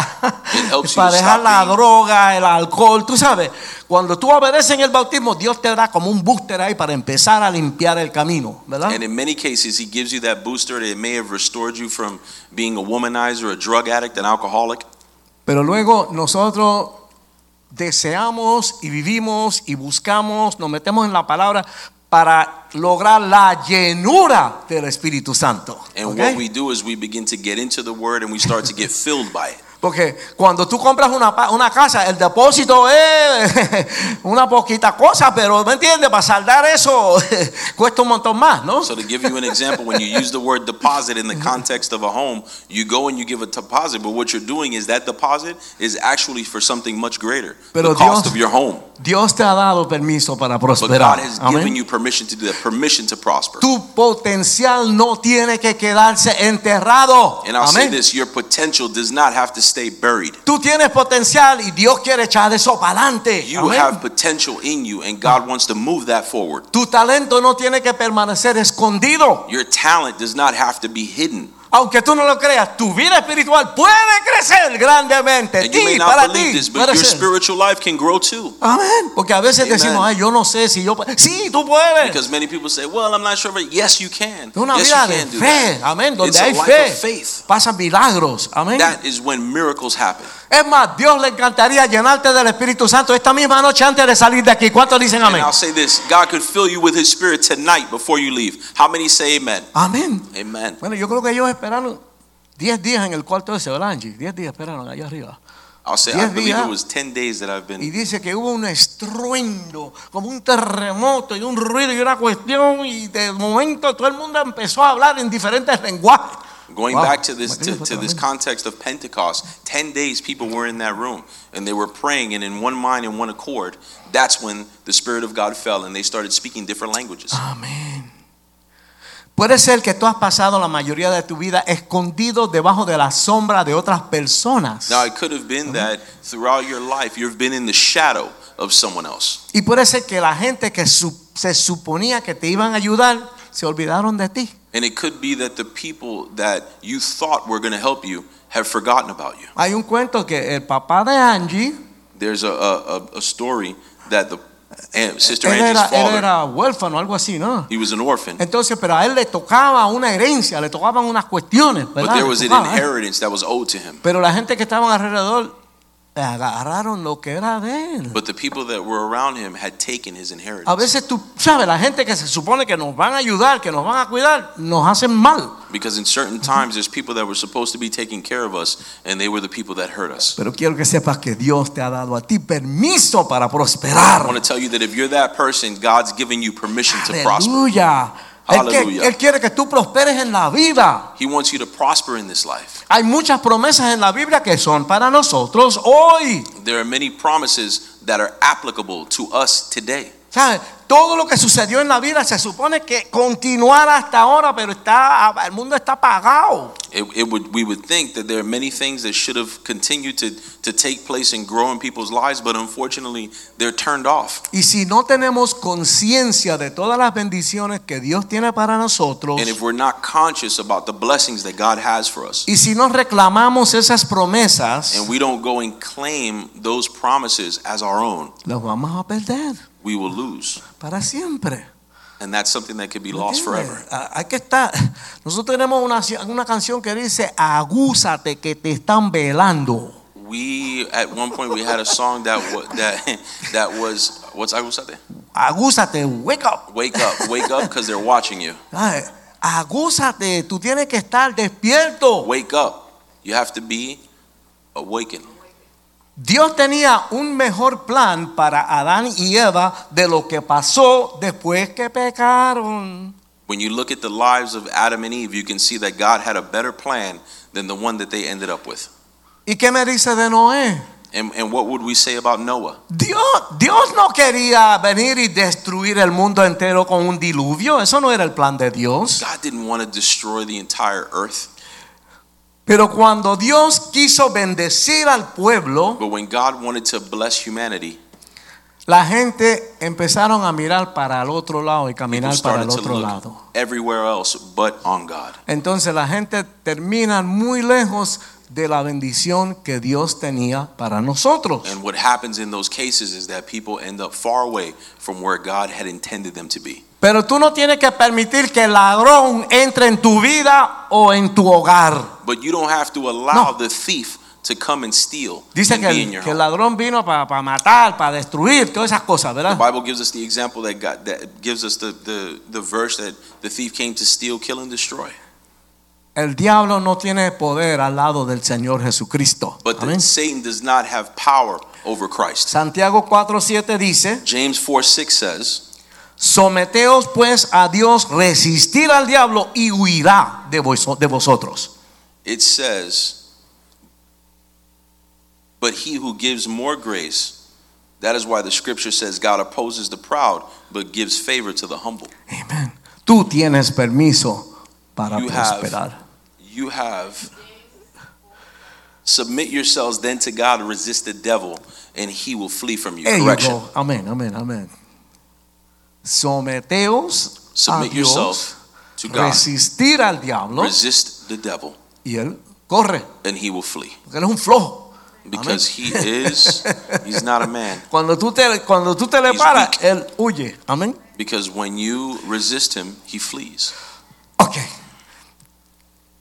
S3: It helps you
S2: para
S3: to
S2: dejar
S3: stop
S2: la
S3: being-
S2: droga, el alcohol, tú sabes, cuando tú obedeces en el bautismo, Dios te da como un booster ahí para empezar a limpiar el camino, ¿verdad?
S3: And in many cases, He gives you that booster that may have restored you from being a womanizer, a drug addict, an alcoholic.
S2: Pero luego nosotros deseamos y vivimos y buscamos, nos metemos en la palabra para lograr la llenura del Espíritu Santo.
S3: And
S2: ¿ok?
S3: what we do is we begin to get into the Word and we start to get filled by it.
S2: Porque cuando tú compras una, pa- una casa, el depósito es una poquita cosa, pero ¿me entiendes? Para saldar eso cuesta un montón más, ¿no?
S3: So to give you an example, when you use the word deposit in the
S2: Mm-hmm.
S3: context of a home, you go and you give a deposit, but what you're doing is that deposit is actually for something much greater,
S2: Pero
S3: the cost
S2: Dios-
S3: of your home.
S2: Dios te ha dado permiso para
S3: But God
S2: prosperar.
S3: has given
S2: Amén.
S3: you permission to do that, permission to prosper.
S2: Tu potencial no tiene que quedarse enterrado.
S3: And I'll say
S2: Amén.
S3: this, your potential does not have to stay buried.
S2: Tú tienes potencial y Dios quiere echar eso para adelante.
S3: You
S2: Amén.
S3: have potential in you and God wants to move that forward.
S2: Tu talento no tiene que permanecer escondido.
S3: Your talent does not have to be hidden.
S2: Aunque tú no lo creas, tu vida espiritual puede crecer grandemente.
S3: And you may
S2: Y
S3: not
S2: para
S3: believe
S2: ti
S3: this, but
S2: puede
S3: your
S2: ser.
S3: spiritual life can grow too.
S2: Amén. Porque a veces
S3: Amen.
S2: decimos, ay, yo no sé si yo. puedo". Sí, tú puedes.
S3: Because many people say, well, I'm not sure, but yes, you can.
S2: Es una
S3: Yes,
S2: vida
S3: you
S2: de
S3: can do that.
S2: fe. Amén. Donde
S3: It's a
S2: hay
S3: life
S2: fe,
S3: of faith.
S2: pasan milagros. Amén.
S3: That is when miracles happen.
S2: Es más, Dios le encantaría llenarte del Espíritu Santo esta misma noche antes de salir de aquí. ¿Cuántos dicen
S3: And
S2: amén?
S3: I'll say this God could fill you with His Spirit tonight before you leave. How many say amen?
S2: Amén.
S3: Amen.
S2: Bueno, yo creo que ellos esperaron 10 días en el cuarto ese, ¿verdad, Angie? 10 días esperaron allá arriba.
S3: I'll say, I
S2: Diez
S3: believe
S2: días.
S3: it was 10 days that I've
S2: Y
S3: been.
S2: dice que hubo un estruendo, como un terremoto y un ruido y una cuestión. Y de momento todo el mundo empezó a hablar en diferentes lenguajes.
S3: Going
S2: Wow.
S3: back to this
S2: Mateo
S3: to,
S2: fue
S3: to this
S2: tremendo.
S3: context of Pentecost, 10 days people were in that room and they were praying and in one mind and one accord. That's when the Spirit of God fell and they started speaking different languages.
S2: Ah. Amén. Puede ser que tú has pasado la mayoría de tu vida escondido debajo de la sombra de otras personas.
S3: Now, it could have been that throughout your life you've been in the shadow of someone else.
S2: Y puede ser que la gente que su- se suponía que te iban a ayudar se olvidaron de ti.
S3: And it could be that the people that you thought were going to help you have forgotten about you.
S2: Hay un cuento que el papá de Angie,
S3: There's a, a, a- a story that the and sister
S2: él
S3: Angie's
S2: era, él
S3: father,
S2: era huérfano, algo así, ¿no?
S3: he was an orphan,
S2: Entonces, pero a él le tocaba una herencia, le tocaban unas cuestiones,
S3: but
S2: ¿verdad?
S3: there
S2: Le
S3: was an
S2: tocaba, ¿eh?
S3: inheritance that was owed to him.
S2: Pero la gente que estaban alrededor le agarraron lo que era de él.
S3: But the people that were around him had taken his
S2: A
S3: inheritance
S2: veces tú sabes, la gente que se supone que nos van a ayudar, que nos van a cuidar, nos hacen mal.
S3: because in certain times there's people that were supposed to be taking care of us, and they were the people that hurt us.
S2: Pero quiero que sepas que Dios te ha dado a ti permiso para
S3: I
S2: prosperar.
S3: want to tell you that if you're that person, God's giving you permission to prosper.
S2: Aleluya. Él, que-
S3: Aleluya.
S2: él quiere que tú prosperes en la vida.
S3: He wants you to prosper in this life.
S2: Hay muchas promesas en la Biblia que son para nosotros hoy.
S3: There are many promises that are applicable to us today.
S2: ¿Sabes? Todo lo que sucedió en la vida se supone que continuará hasta ahora, pero está, el mundo está apagado.
S3: It, it would we would think that there are many things that should have continued to, to take place and grow in people's lives, but unfortunately they're turned off.
S2: Y si no tenemos conciencia de todas las bendiciones que Dios tiene para nosotros,
S3: And if we're not conscious about the blessings that God has for us,
S2: y si no reclamamos esas promesas,
S3: and we don't go and claim those promises as our own,
S2: las vamos a perder
S3: we will lose.
S2: para siempre.
S3: And that's something that could be
S2: ¿Me
S3: lost
S2: entiendes?
S3: forever.
S2: Ah, Hay que estar. Nosotros tenemos una, una canción que dice, agúzate que te están velando.
S3: We at one point we had a song that wa- that that was what's I was that?
S2: Agúzate, wake up.
S3: Wake up, wake up, because they're watching you.
S2: Ay, Agúzate, tú tienes que estar despierto.
S3: Wake up. You have to be awakened.
S2: Dios tenía un mejor plan para Adán y Eva de lo que pasó después que pecaron.
S3: When you look at the lives of Adam and Eve, you can see that God had a better plan than the one that they ended up with.
S2: ¿Y qué me dice de Noé?
S3: And, and what would we say about Noah?
S2: Dios, Dios no quería venir y destruir el mundo entero con un diluvio. Eso no era el plan de Dios.
S3: God didn't want to destroy the entire earth,
S2: Pero cuando Dios quiso bendecir al pueblo,
S3: but when God wanted to bless humanity,
S2: la gente empezaron a mirar para el otro lado y
S3: people
S2: caminar para
S3: started
S2: el
S3: to
S2: otro
S3: look
S2: lado.
S3: everywhere else but on God.
S2: Entonces la gente termina muy lejos de la bendición que Dios tenía para nosotros.
S3: And what happens in those cases is that people end up far away from where God had intended them to be.
S2: Pero tú no tienes que permitir que el ladrón entre en tu vida o en tu hogar.
S3: But you don't have to allow
S2: No.
S3: the thief to come and steal
S2: Dice
S3: and
S2: que
S3: be in
S2: el,
S3: your
S2: que el
S3: home.
S2: ladrón vino para matar, para destruir, todas esas cosas,
S3: The
S2: ¿verdad?
S3: Bible gives us the example that God that gives us the, the, the verse that the thief came to steal, kill, and destroy.
S2: El diablo no tiene poder al lado del Señor Jesucristo.
S3: But the-
S2: Amén.
S3: Satan does not have power over Christ.
S2: Santiago 4:7 dice,
S3: James 4 6 says,
S2: someteos pues a Dios, resistir al diablo y huirá de, vos- de vosotros.
S3: it says, But he who gives more grace, that is why the scripture says God opposes the proud, but gives favor to the humble.
S2: Amén. Tú tienes permiso para
S3: You have-
S2: prosperar.
S3: You have submit yourselves then to God, resist the devil, and he will flee from you.
S2: There you
S3: Correction.
S2: go. Amén, amén, amén. Someteos a
S3: Submit
S2: Dios,
S3: yourself to God.
S2: resistir al diablo
S3: Resist the devil,
S2: y él corre,
S3: and he will flee.
S2: porque él es un flojo.
S3: Because he
S2: Amén.
S3: is, he's not a man.
S2: Cuando tú te, cuando tú te le
S3: He's
S2: paras,
S3: weak.
S2: él huye. Amén.
S3: Because when you resist him, he flees.
S2: Ok.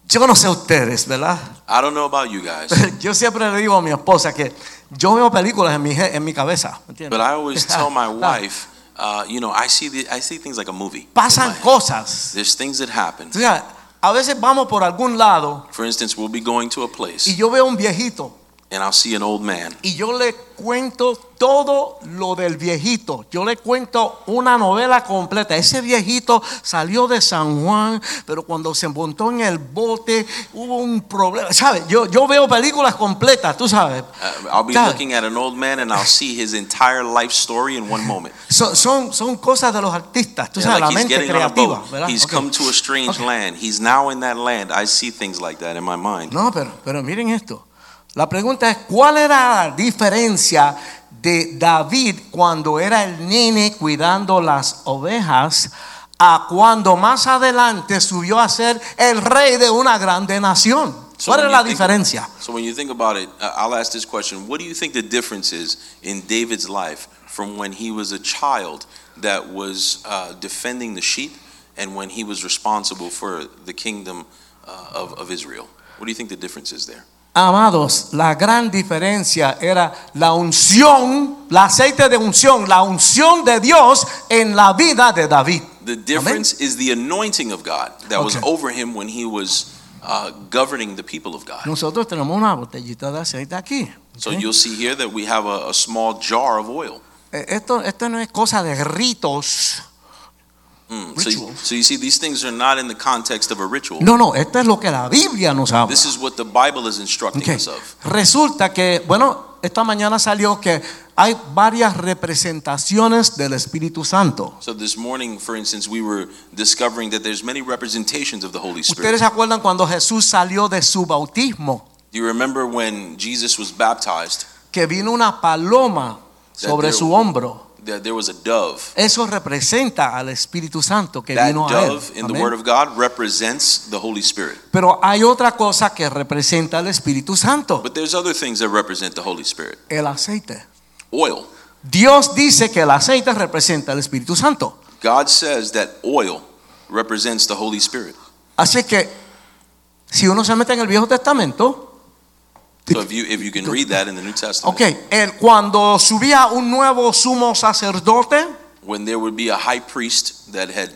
S2: Yo no sé ustedes, ¿verdad?
S3: I don't know about you guys,
S2: Yo siempre le digo a mi esposa que yo veo películas en mi, je- en mi cabeza. ¿me entiendes?
S3: but I always tell my
S2: Ah,
S3: wife, uh, you know, I see the, I see things like a movie. in my
S2: Pasan
S3: head.
S2: cosas.
S3: There's things that happen.
S2: O sea, a veces vamos por algún lado
S3: For instance, we'll be going to a
S2: y
S3: place,
S2: yo veo un viejito
S3: and I'll see an old man,
S2: y yo le cuento todo lo del viejito. Yo le cuento una novela completa. Ese viejito salió de San Juan, pero cuando se montó en el bote hubo un problema. ¿Sabes? Yo, yo veo películas completas, tú sabes.
S3: Uh, I'll be
S2: Claro.
S3: looking at an old man and I'll see his entire life story in one moment.
S2: Son, son, son cosas de los artistas, tú
S3: Yeah,
S2: sabes,
S3: like
S2: la
S3: he's
S2: mente
S3: getting on a
S2: creativa,
S3: boat.
S2: ¿verdad?
S3: He's
S2: Ok.
S3: come to a strange
S2: Ok.
S3: land. He's now in that land. I see things like that in my mind.
S2: No, pero, pero miren esto. La pregunta es, ¿cuál era la diferencia de David cuando era el nene cuidando las ovejas a cuando más adelante subió a ser el rey de una grande nación?
S3: So
S2: ¿Cuál
S3: when
S2: es
S3: you
S2: la
S3: think-
S2: diferencia?
S3: So when you think about it, uh, I'll ask this question: What do you think the difference is in David's life from when he was a child that was uh, defending the sheep, and when he was responsible for the kingdom uh, of, of Israel? What do you think the difference is there?
S2: Amados, la gran diferencia era la unción, el aceite de unción, la unción de Dios en la vida de David.
S3: The difference is the anointing of God that was
S2: Okay.
S3: over him when he was uh, governing the people of God.
S2: Nosotros tenemos una botellita de aceite aquí.
S3: So
S2: ¿ok?
S3: you'll see here that we have a, a small jar of oil.
S2: Eh, Esto, esto no es cosa de ritos.
S3: Mm, So, you,
S2: Rituals.
S3: so you see, these things are not in the context of a ritual.
S2: No, no, esto es lo que la Biblia nos habla.
S3: This is what the Bible is instructing
S2: Ok.
S3: us of.
S2: Resulta que, bueno, esta mañana salió que hay varias representaciones del Espíritu Santo.
S3: So this morning, for instance, we were discovering that there's many representations of the Holy
S2: ¿Ustedes
S3: Spirit.
S2: se acuerdan cuando Jesús salió de su bautismo?
S3: Do you remember when Jesus was baptized
S2: Que vino una paloma sobre
S3: there-
S2: su hombro.
S3: that there was a dove?
S2: Eso representa al Espíritu Santo que
S3: That
S2: vino a él.
S3: dove in the
S2: Amén.
S3: Word of God represents the Holy Spirit.
S2: Pero hay otra cosa que representa al Espíritu Santo,
S3: But there's other things that represent the Holy Spirit.
S2: el aceite.
S3: Oil.
S2: Dios dice que el aceite representa al Espíritu Santo.
S3: God says that oil represents the Holy Spirit.
S2: Así que si uno se mete en el Viejo Testamento,
S3: So if you if you can read that in the New Testament,
S2: ok, el- cuando subía un nuevo sumo sacerdote,
S3: when there would be a high priest that had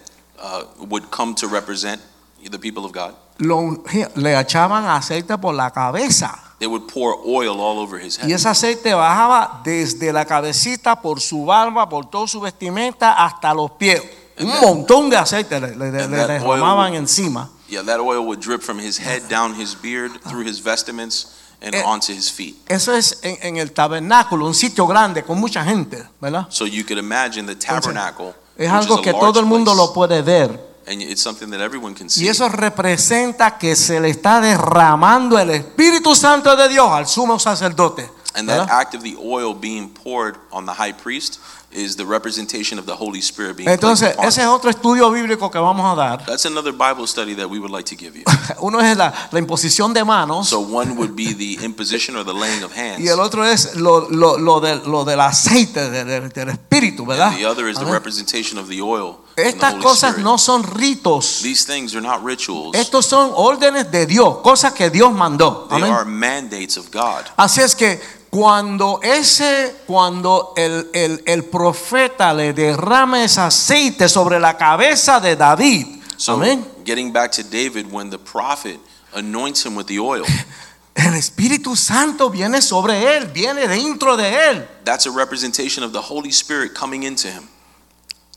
S3: uh, would come to represent the people of God,
S2: lo ungía- le echaban aceite por la cabeza.
S3: they would pour oil all over his
S2: Y
S3: head.
S2: ese aceite bajaba desde la cabecita, por su barba, por toda su vestimenta, hasta los pies. Un montón de aceite le, le- le-
S3: And
S2: le
S3: that
S2: derramaban
S3: oil-
S2: encima.
S3: Yeah, that oil would drip from his head down his beard through his vestments and
S2: Eh.
S3: onto his feet.
S2: Eso es en, en el tabernáculo, un sitio grande con mucha gente, ¿verdad?
S3: So you could imagine the tabernacle,
S2: Es
S3: which is
S2: algo
S3: a
S2: que
S3: large
S2: todo el mundo
S3: place,
S2: lo puede ver.
S3: and it's something that everyone can see.
S2: Y eso representa que se le está derramando el Espíritu Santo de Dios al sumo sacerdote.
S3: And that
S2: ¿verdad?
S3: act of the oil being poured on the high priest is the representation of the Holy Spirit being placed
S2: Entonces,
S3: upon
S2: ese es
S3: him.
S2: otro estudio bíblico que vamos a dar.
S3: That's another Bible study that we would like to give you.
S2: Uno es la, la imposición de manos
S3: So one would be the imposition or the laying of hands.
S2: y el otro es lo, lo- lo del- lo del aceite de- de- del Espíritu, ¿verdad?
S3: And the other is the
S2: Amén.
S3: representation of the oil. and the
S2: Estas
S3: Holy
S2: cosas
S3: Spirit.
S2: no son ritos.
S3: These things are not rituals.
S2: Estos son órdenes de Dios, cosas que Dios mandó.
S3: They
S2: Amén.
S3: are mandates of God.
S2: Así es que cuando ese, cuando el, el- el profeta le derrama ese aceite sobre la cabeza de David,
S3: So
S2: amén.
S3: getting back to David, when the prophet anoints him with the oil.
S2: El Espíritu Santo viene sobre él, viene dentro de él.
S3: That's a representation of the Holy Spirit coming into him,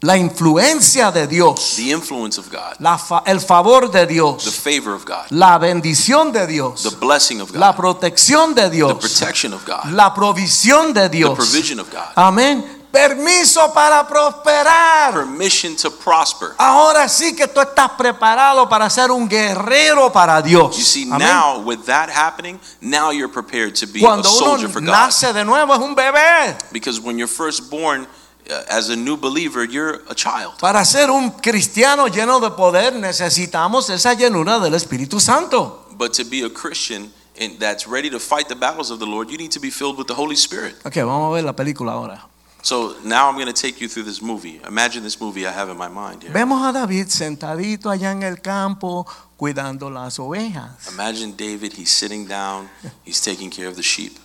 S2: La influencia de Dios,
S3: the influence of God,
S2: la fa- el favor de
S3: the
S2: Dios,
S3: favor of God,
S2: la bendición de
S3: the
S2: Dios,
S3: blessing of
S2: la
S3: God,
S2: protección de
S3: the
S2: Dios,
S3: protection of God,
S2: la provisión de
S3: the
S2: Dios.
S3: provision of God,
S2: Amén. Permiso para prosperar.
S3: permission to prosper.
S2: Ahora sí que tú estás preparado para ser un guerrero para Dios.
S3: You see,
S2: Amén.
S3: now with that happening, now you're prepared to be a
S2: Cuando
S3: soldier
S2: uno
S3: for God.
S2: nace de nuevo es un bebé.
S3: Because when you're first born uh, as a new believer, you're a child.
S2: Para ser un cristiano lleno de poder necesitamos esa llenura del Espíritu Santo.
S3: But to be a Christian and that's ready to fight the battles of the Lord, you need to be filled with the Holy Spirit.
S2: Ok, vamos a ver la película ahora.
S3: So now I'm going to take you through this movie. Imagine this movie I have in my mind here.
S2: Vemos a David sentadito allá en el campo cuidando las ovejas.
S3: Imagine David, he's sitting down, he's taking care of the sheep.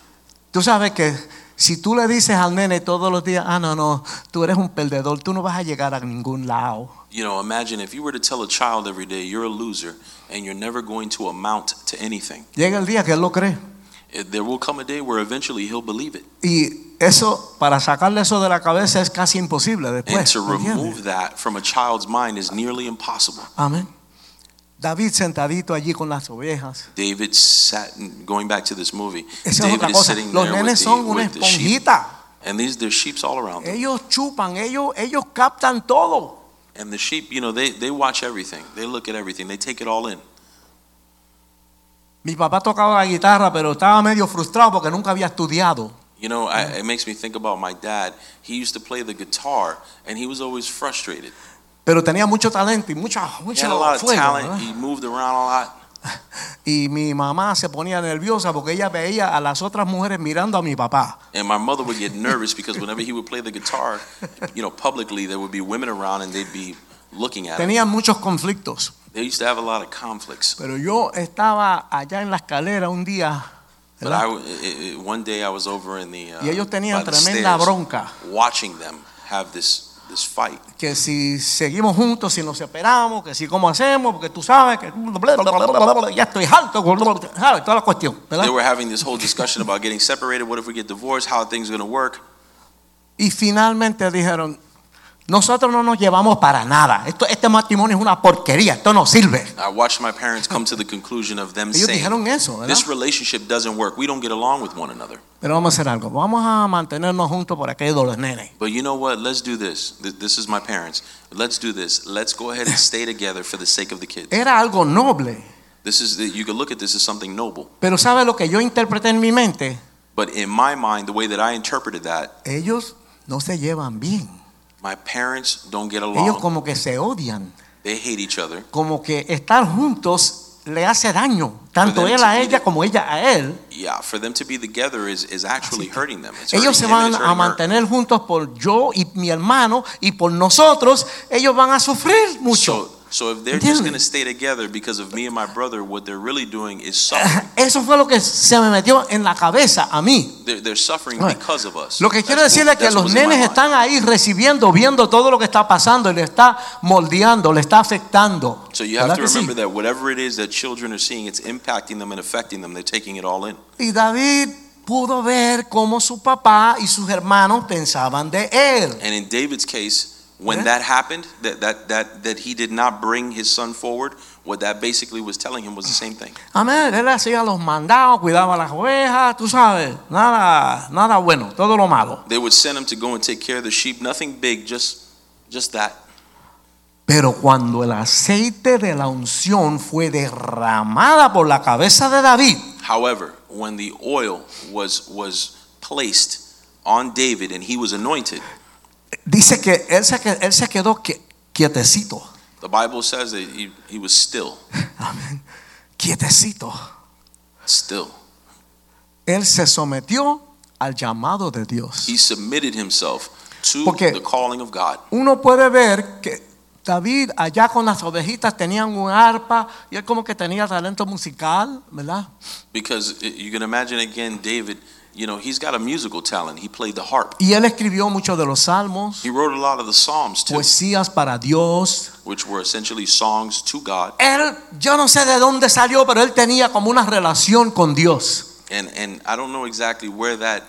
S2: Tú sabes que si tú le dices al nene todos los días, ah, no, no, tú eres un perdedor, tú no vas a llegar a ningún lado.
S3: You know, imagine if you were to tell a child every day, you're a loser and you're never going to amount to anything.
S2: Llega el día que él lo cree.
S3: It- There will come a day where eventually he'll believe it.
S2: Y eso, para sacarle eso de la cabeza es casi imposible
S3: And
S2: después.
S3: to
S2: ¿me entiendes?
S3: remove that from a child's mind is nearly impossible.
S2: Amén. David sentadito allí con las ovejas.
S3: David sat, and going back to this movie,
S2: Esa es
S3: David
S2: otra
S3: is
S2: cosa.
S3: sitting
S2: Los
S3: there
S2: nenes
S3: with
S2: son
S3: the,
S2: una
S3: with the sheep.
S2: esponjita.
S3: And these, there's sheep's all around them.
S2: Ellos chupan, ellos, ellos captan todo.
S3: And the sheep, you know, they, they watch everything. They look at everything. They take it all in.
S2: Mi papá tocaba la guitarra, pero estaba medio frustrado porque nunca había estudiado.
S3: You know, I, it makes me think about my dad. He used to play the guitar, and he was always frustrated.
S2: Pero tenía mucho talento y mucha,
S3: He
S2: mucha
S3: had a lot of
S2: fuego,
S3: talent.
S2: ¿verdad?
S3: He moved around a lot.
S2: Y mi mamá se ponía nerviosa porque ella veía a las otras mujeres mirando a mi papá.
S3: And my mother would get nervous because whenever he would play the guitar, you know, publicly, there would be women around, and they'd be looking at him.
S2: Tenían muchos conflictos.
S3: They used to have a lot of conflicts.
S2: Pero yo estaba allá en la escalera un día
S3: But I, w- i- i- one day I was over in the uh,
S2: y ellos
S3: by
S2: tenían
S3: the
S2: tremenda
S3: stairs,
S2: bronca.
S3: watching them have this this fight.
S2: Que si seguimos juntos, si nos separamos, que si cómo hacemos, porque tú sabes que ya estoy harto, ¿sabes? Toda la cuestión, ¿verdad?
S3: They were having this whole discussion about getting separated. What if we get divorced? How are things going to work?
S2: Y finalmente dijeron, nosotros no nos llevamos para nada. Esto, este matrimonio es una porquería, esto no sirve.
S3: I watched my parents come to the conclusion of them
S2: Ellos
S3: saying,
S2: dijeron eso, ¿verdad?
S3: "This relationship doesn't work. We don't get along with one another."
S2: Pero vamos a hacer algo, vamos a mantenernos juntos por aquello de los nenes.
S3: But you know what? Let's do this. Th- This is my parents. Let's do this. Let's go ahead and stay together for the sake of the kids.
S2: Era algo noble,
S3: This is the, you can look at this as something noble.
S2: pero ¿sabe lo que yo interpreté en mi mente?
S3: But in my mind, the way that I interpreted that,
S2: Ellos no se llevan bien.
S3: my parents don't get
S2: Ellos
S3: along.
S2: como que se odian,
S3: They hate each other.
S2: como que estar juntos le hace daño, tanto
S3: Pero
S2: él a
S3: él se
S2: ella
S3: quiere.
S2: como ella a él.
S3: Yeah, for them to be together is, is actually hurting them. It's hurting
S2: Ellos se
S3: him and
S2: van
S3: it's
S2: a
S3: hurting her.
S2: mantener juntos por yo y mi hermano y por nosotros, ellos van a sufrir
S3: So,
S2: mucho.
S3: so if they're just
S2: ¿Entiendes?
S3: going to stay together because of me and my brother, what they're really doing is suffering.
S2: Eso fue lo que se me metió en la cabeza a mí.
S3: They're, they're suffering
S2: Right.
S3: because of us.
S2: Lo que quiero
S3: That's what-
S2: decir es que
S3: that's what
S2: los
S3: was in my
S2: nenes
S3: mind.
S2: están ahí recibiendo, viendo todo lo que está pasando y le está moldeando, le está afectando.
S3: So you have
S2: ¿Verdad
S3: to
S2: que sí?
S3: remember that whatever it is that children are seeing, it's impacting them and affecting them. They're taking it all in.
S2: Y David pudo ver cómo su papá y sus hermanos pensaban de él.
S3: And in David's case, when
S2: Yeah.
S3: that happened, that, that, that, that he did not bring his son forward, what that basically was telling him was the same thing.
S2: Amén. Él hacía los mandados, cuidaba las ovejas, tú sabes. Nada, nada bueno, todo lo malo.
S3: They would send him to go and take care of the sheep. Nothing big, just, just that.
S2: Pero cuando el aceite de la unción fue derramada por la cabeza de David,
S3: However, when the oil was was placed on David and he was anointed,
S2: dice que él se, que- él se quedó que- quietecito.
S3: the Bible says that he, he was still,
S2: Amén. Quietecito.
S3: still.
S2: Él se sometió al llamado de Dios.
S3: He submitted himself to
S2: Porque-
S3: the calling of God.
S2: Uno puede ver que David allá con las ovejitas tenían un arpa y él como que tenía talento musical, ¿verdad?
S3: Because you can imagine again David You know, he's got a musical talent. He played the harp.
S2: Y él escribió muchos de los salmos,
S3: He wrote a lot of the Psalms too,
S2: poesías para Dios.
S3: which were essentially songs to God.
S2: Él, yo no sé de dónde salió, pero él tenía como una relación con Dios.
S3: And and I don't know exactly where that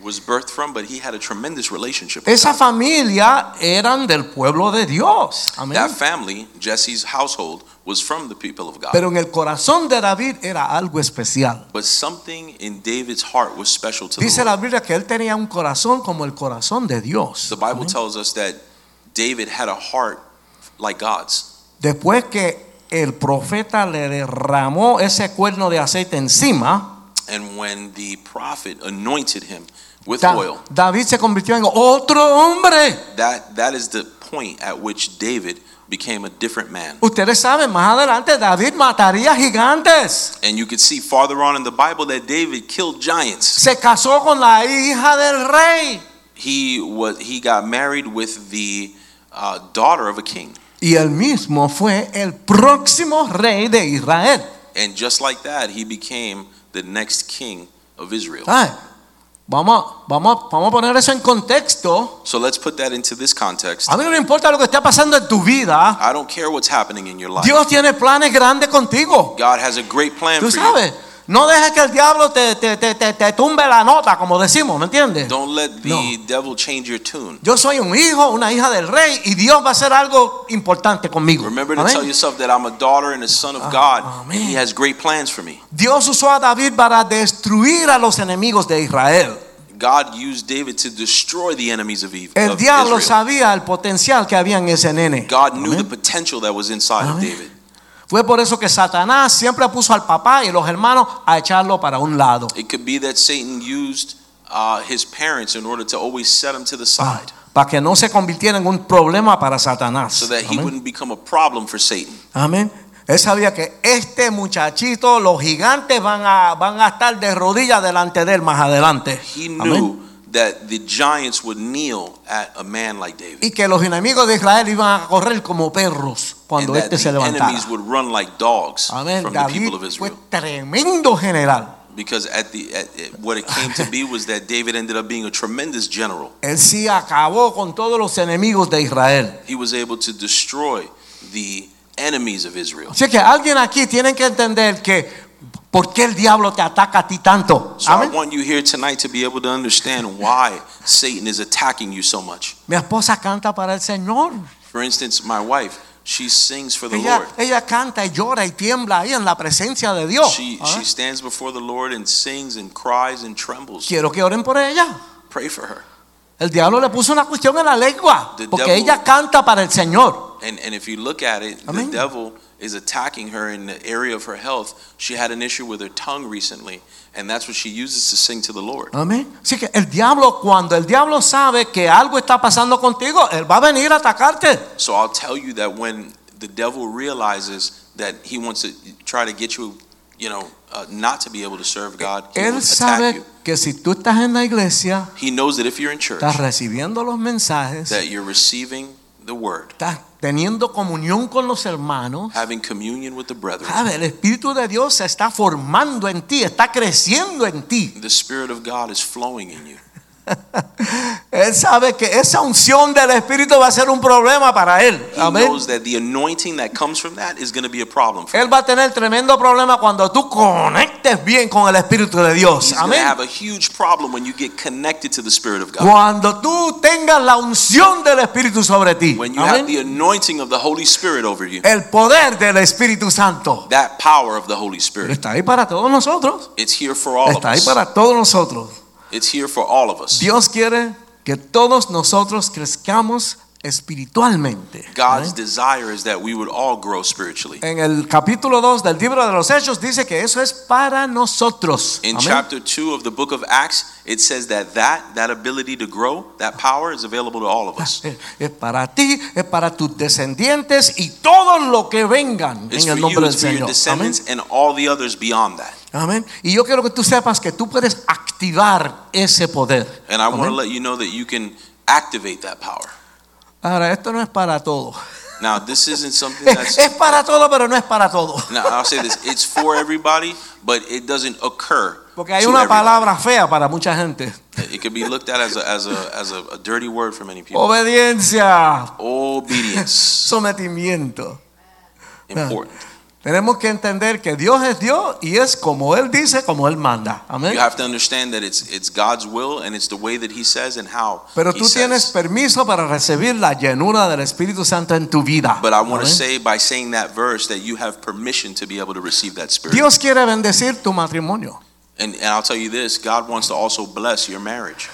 S3: was birthed from, but he had a tremendous relationship with
S2: Esa
S3: God.
S2: familia eran del pueblo de Dios. Amén.
S3: That family, Jesse's household, was from the people of God.
S2: Pero en el corazón de David era algo especial.
S3: But something in David's heart was special to
S2: Dice
S3: the
S2: la
S3: Lord.
S2: Biblia que él tenía un corazón como el corazón de Dios.
S3: The Bible
S2: Amén.
S3: tells us that David had a heart like God's.
S2: Después que el profeta le derramó ese cuerno de aceite encima,
S3: And when the prophet anointed him with
S2: Da-
S3: oil,
S2: David se convirtió en otro hombre.
S3: that, that is the point at which David became a different man.
S2: Ustedes saben, más adelante David mataría gigantes.
S3: And you could see farther on in the Bible that David killed giants.
S2: Se casó con la hija del rey.
S3: He was he got married with the uh, daughter of a king.
S2: Y él mismo fue el próximo rey de Israel.
S3: And just like that, he became the next king of Israel.
S2: Ay, Vamos, a- vamos, a- vamos a poner eso en contexto.
S3: So let's put that into this context.
S2: A mí no me importa lo que está pasando en tu vida.
S3: I don't care what's happening in your life.
S2: Dios tiene planes grandes contigo.
S3: God has a great plan
S2: Tú
S3: for you.
S2: sabes, no dejes que el diablo te, te, te, te, te tumbe la nota, como decimos, ¿me entiendes?
S3: Don't let the
S2: No.
S3: devil change your tune.
S2: Yo soy un hijo, una hija del rey y Dios va a hacer algo importante conmigo.
S3: Remember to
S2: Amén.
S3: tell yourself that I'm a daughter and a son of
S2: Ah,
S3: God. and
S2: amén.
S3: He has great plans for me.
S2: Dios usó a David para destruir a los enemigos de Israel.
S3: God used David to destroy the enemies of evil.
S2: El
S3: of
S2: diablo
S3: Israel.
S2: sabía el potencial que había en ese nene.
S3: God knew
S2: Amén.
S3: the potential that was inside of
S2: Amén.
S3: David.
S2: Fue por eso que Satanás siempre puso al papá y los hermanos a echarlo para un lado.
S3: It could be that Satan used uh, his parents in order to always set him to the side
S2: Para que no se convirtiera en un problema para Satanás.
S3: so that he
S2: Amén.
S3: wouldn't become a problem for Satan.
S2: Amén. Él sabía que este muchachito, los gigantes van a, van a estar de rodillas delante de él más adelante.
S3: He knew
S2: Amén.
S3: that the giants would kneel at a man like David.
S2: Y que los enemigos de Israel iban a correr como perros cuando
S3: and that
S2: este se
S3: the
S2: levantara.
S3: enemies would run like dogs
S2: Amén.
S3: from the
S2: David
S3: people of
S2: fue
S3: Israel.
S2: tremendo general.
S3: Because at the at, at- what it came to be was that David ended up being a tremendous general.
S2: Él sí acabó con todos los enemigos de Israel.
S3: He was able to destroy the enemies of Israel.
S2: Así que alguien aquí tiene que entender que por qué el diablo te ataca a ti tanto.
S3: So I
S2: Amén.
S3: want you here tonight to be able to understand why Satan is attacking you so much.
S2: Mi esposa canta para el Señor.
S3: For instance, my wife, she sings for the
S2: Ella,
S3: Lord.
S2: ella canta y llora y tiembla ahí en la presencia de Dios.
S3: She
S2: Ah.
S3: she stands before the Lord and sings and cries and trembles.
S2: Quiero que oren por ella.
S3: Pray for her.
S2: El diablo le puso una cuestión en la lengua.
S3: The
S2: Porque
S3: devil-
S2: ella canta para el Señor.
S3: And and if you look at it,
S2: Amén.
S3: the devil is attacking her in the area of her health. She had an issue with her tongue recently, and that's what she uses to sing to the Lord.
S2: Amén. Así que el diablo, cuando el diablo sabe que algo está pasando contigo, él va a venir a atacarte.
S3: So I'll tell you that when the devil realizes that he wants to try to get you, you know, uh, not to be able to serve God, he will
S2: Él
S3: attack
S2: sabe
S3: you.
S2: que si tú estás en la iglesia,
S3: He knows that if you're in church,
S2: estás recibiendo los mensajes,
S3: that you're receiving the word,
S2: estás teniendo comunión con los hermanos.
S3: having communion with the brethren.
S2: Sabe, El Espíritu de Dios se está formando en ti, está creciendo en ti.
S3: The Spirit of God is flowing in you.
S2: Él sabe que esa unción del Espíritu va a ser un problema para él.
S3: He
S2: Amén.
S3: knows that the anointing that comes from that is going to be a problem for
S2: Él va a tener tremendo problema cuando tú conectes bien con el Espíritu de Dios.
S3: He's going to
S2: Amén.
S3: have a huge problem when you get connected to the Spirit of God.
S2: Cuando tú tengas la unción del Espíritu sobre ti.
S3: When you have the
S2: Amén.
S3: anointing of the Holy Spirit over you,
S2: El poder del Espíritu Santo.
S3: that power of the Holy
S2: Pero
S3: Spirit,
S2: está ahí para todos nosotros.
S3: it's here for all of
S2: Está ahí
S3: us.
S2: para todos nosotros.
S3: It's here for all of us.
S2: Dios quiere que todos nosotros crezcamos espiritualmente.
S3: God's
S2: Amén.
S3: desire is that we would all grow spiritually.
S2: En el capítulo 2 del libro de los Hechos dice que eso es para nosotros.
S3: In
S2: Amén.
S3: chapter 2 of the book of Acts, it says that that that ability to grow, that power is available to all of us.
S2: Es es para ti, es para tus descendientes y todos los que vengan
S3: It's
S2: en
S3: for
S2: el
S3: you,
S2: nombre del
S3: it's for your
S2: Señor. Amén.
S3: descendants and all the others beyond that.
S2: Amén. Y yo quiero que tú sepas que tú puedes activar ese poder.
S3: And I want to
S2: Amén.
S3: let you know that you can activate that power.
S2: Ahora, esto no es para todo.
S3: Now, this isn't something
S2: Es,
S3: that's
S2: es para todo, pero no es para todo.
S3: Now I'll say this: it's for everybody, but it doesn't occur
S2: Porque hay
S3: to
S2: una
S3: everybody.
S2: palabra fea para mucha gente.
S3: It could be looked at as a, as a, as a, a dirty word for many people.
S2: Obediencia,
S3: Obedience.
S2: sometimiento.
S3: Important.
S2: Tenemos que entender que Dios es Dios y es como Él dice, como Él manda. Amén.
S3: You have to understand that it's it's God's will and it's the way that He says and how
S2: Pero
S3: He
S2: tú tienes
S3: says.
S2: permiso para recibir la llenura del Espíritu Santo en tu vida.
S3: But I want to
S2: Amén.
S3: say by saying that verse that you have permission to be able to receive that spirit.
S2: Dios quiere bendecir tu matrimonio.
S3: And, and I'll tell you this God wants to also bless your marriage.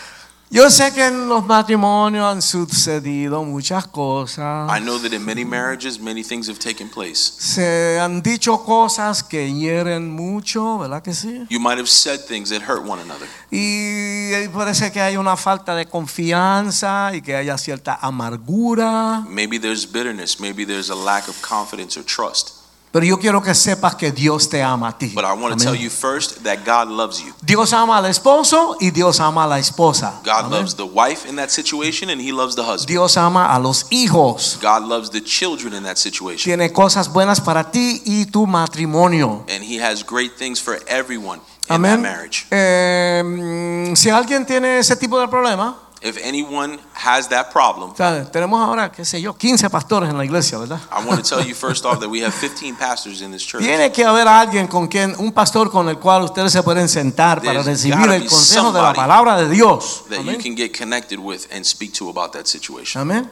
S2: Yo sé que en los matrimonios han sucedido muchas cosas.
S3: I know that in many marriages, many things have taken place.
S2: Se han dicho cosas que hieren mucho, ¿verdad que sí?
S3: You might have said things that hurt one another.
S2: Y eh, parece que hay una falta de confianza y que haya cierta amargura.
S3: Maybe there's bitterness. Maybe there's a lack of confidence or trust.
S2: Pero yo quiero que sepas que Dios te ama a ti.
S3: But I want
S2: Amén.
S3: to tell you first that God loves you.
S2: Dios ama al esposo y Dios ama a la esposa.
S3: God
S2: Amén.
S3: loves the wife in that situation, and He loves the husband.
S2: Dios ama a los hijos.
S3: God loves the children in that situation.
S2: Tiene cosas buenas para ti y tu matrimonio.
S3: And He has great things for everyone in that
S2: Amén.
S3: marriage.
S2: Eh, mm, si alguien tiene ese tipo de problema,
S3: If anyone has that problem,
S2: ¿sabe? tenemos ahora, qué sé yo, 15 pastores en la iglesia, ¿verdad?
S3: I want to tell you first off that we have 15 pastors in this church.
S2: Tiene que haber alguien con quien, un pastor con el cual ustedes se pueden sentar para
S3: There's
S2: recibir
S3: gotta
S2: el
S3: be
S2: consejo de la
S3: somebody
S2: palabra de Dios.
S3: that you
S2: Amén.
S3: can get connected with and speak to about that situation.
S2: Amén.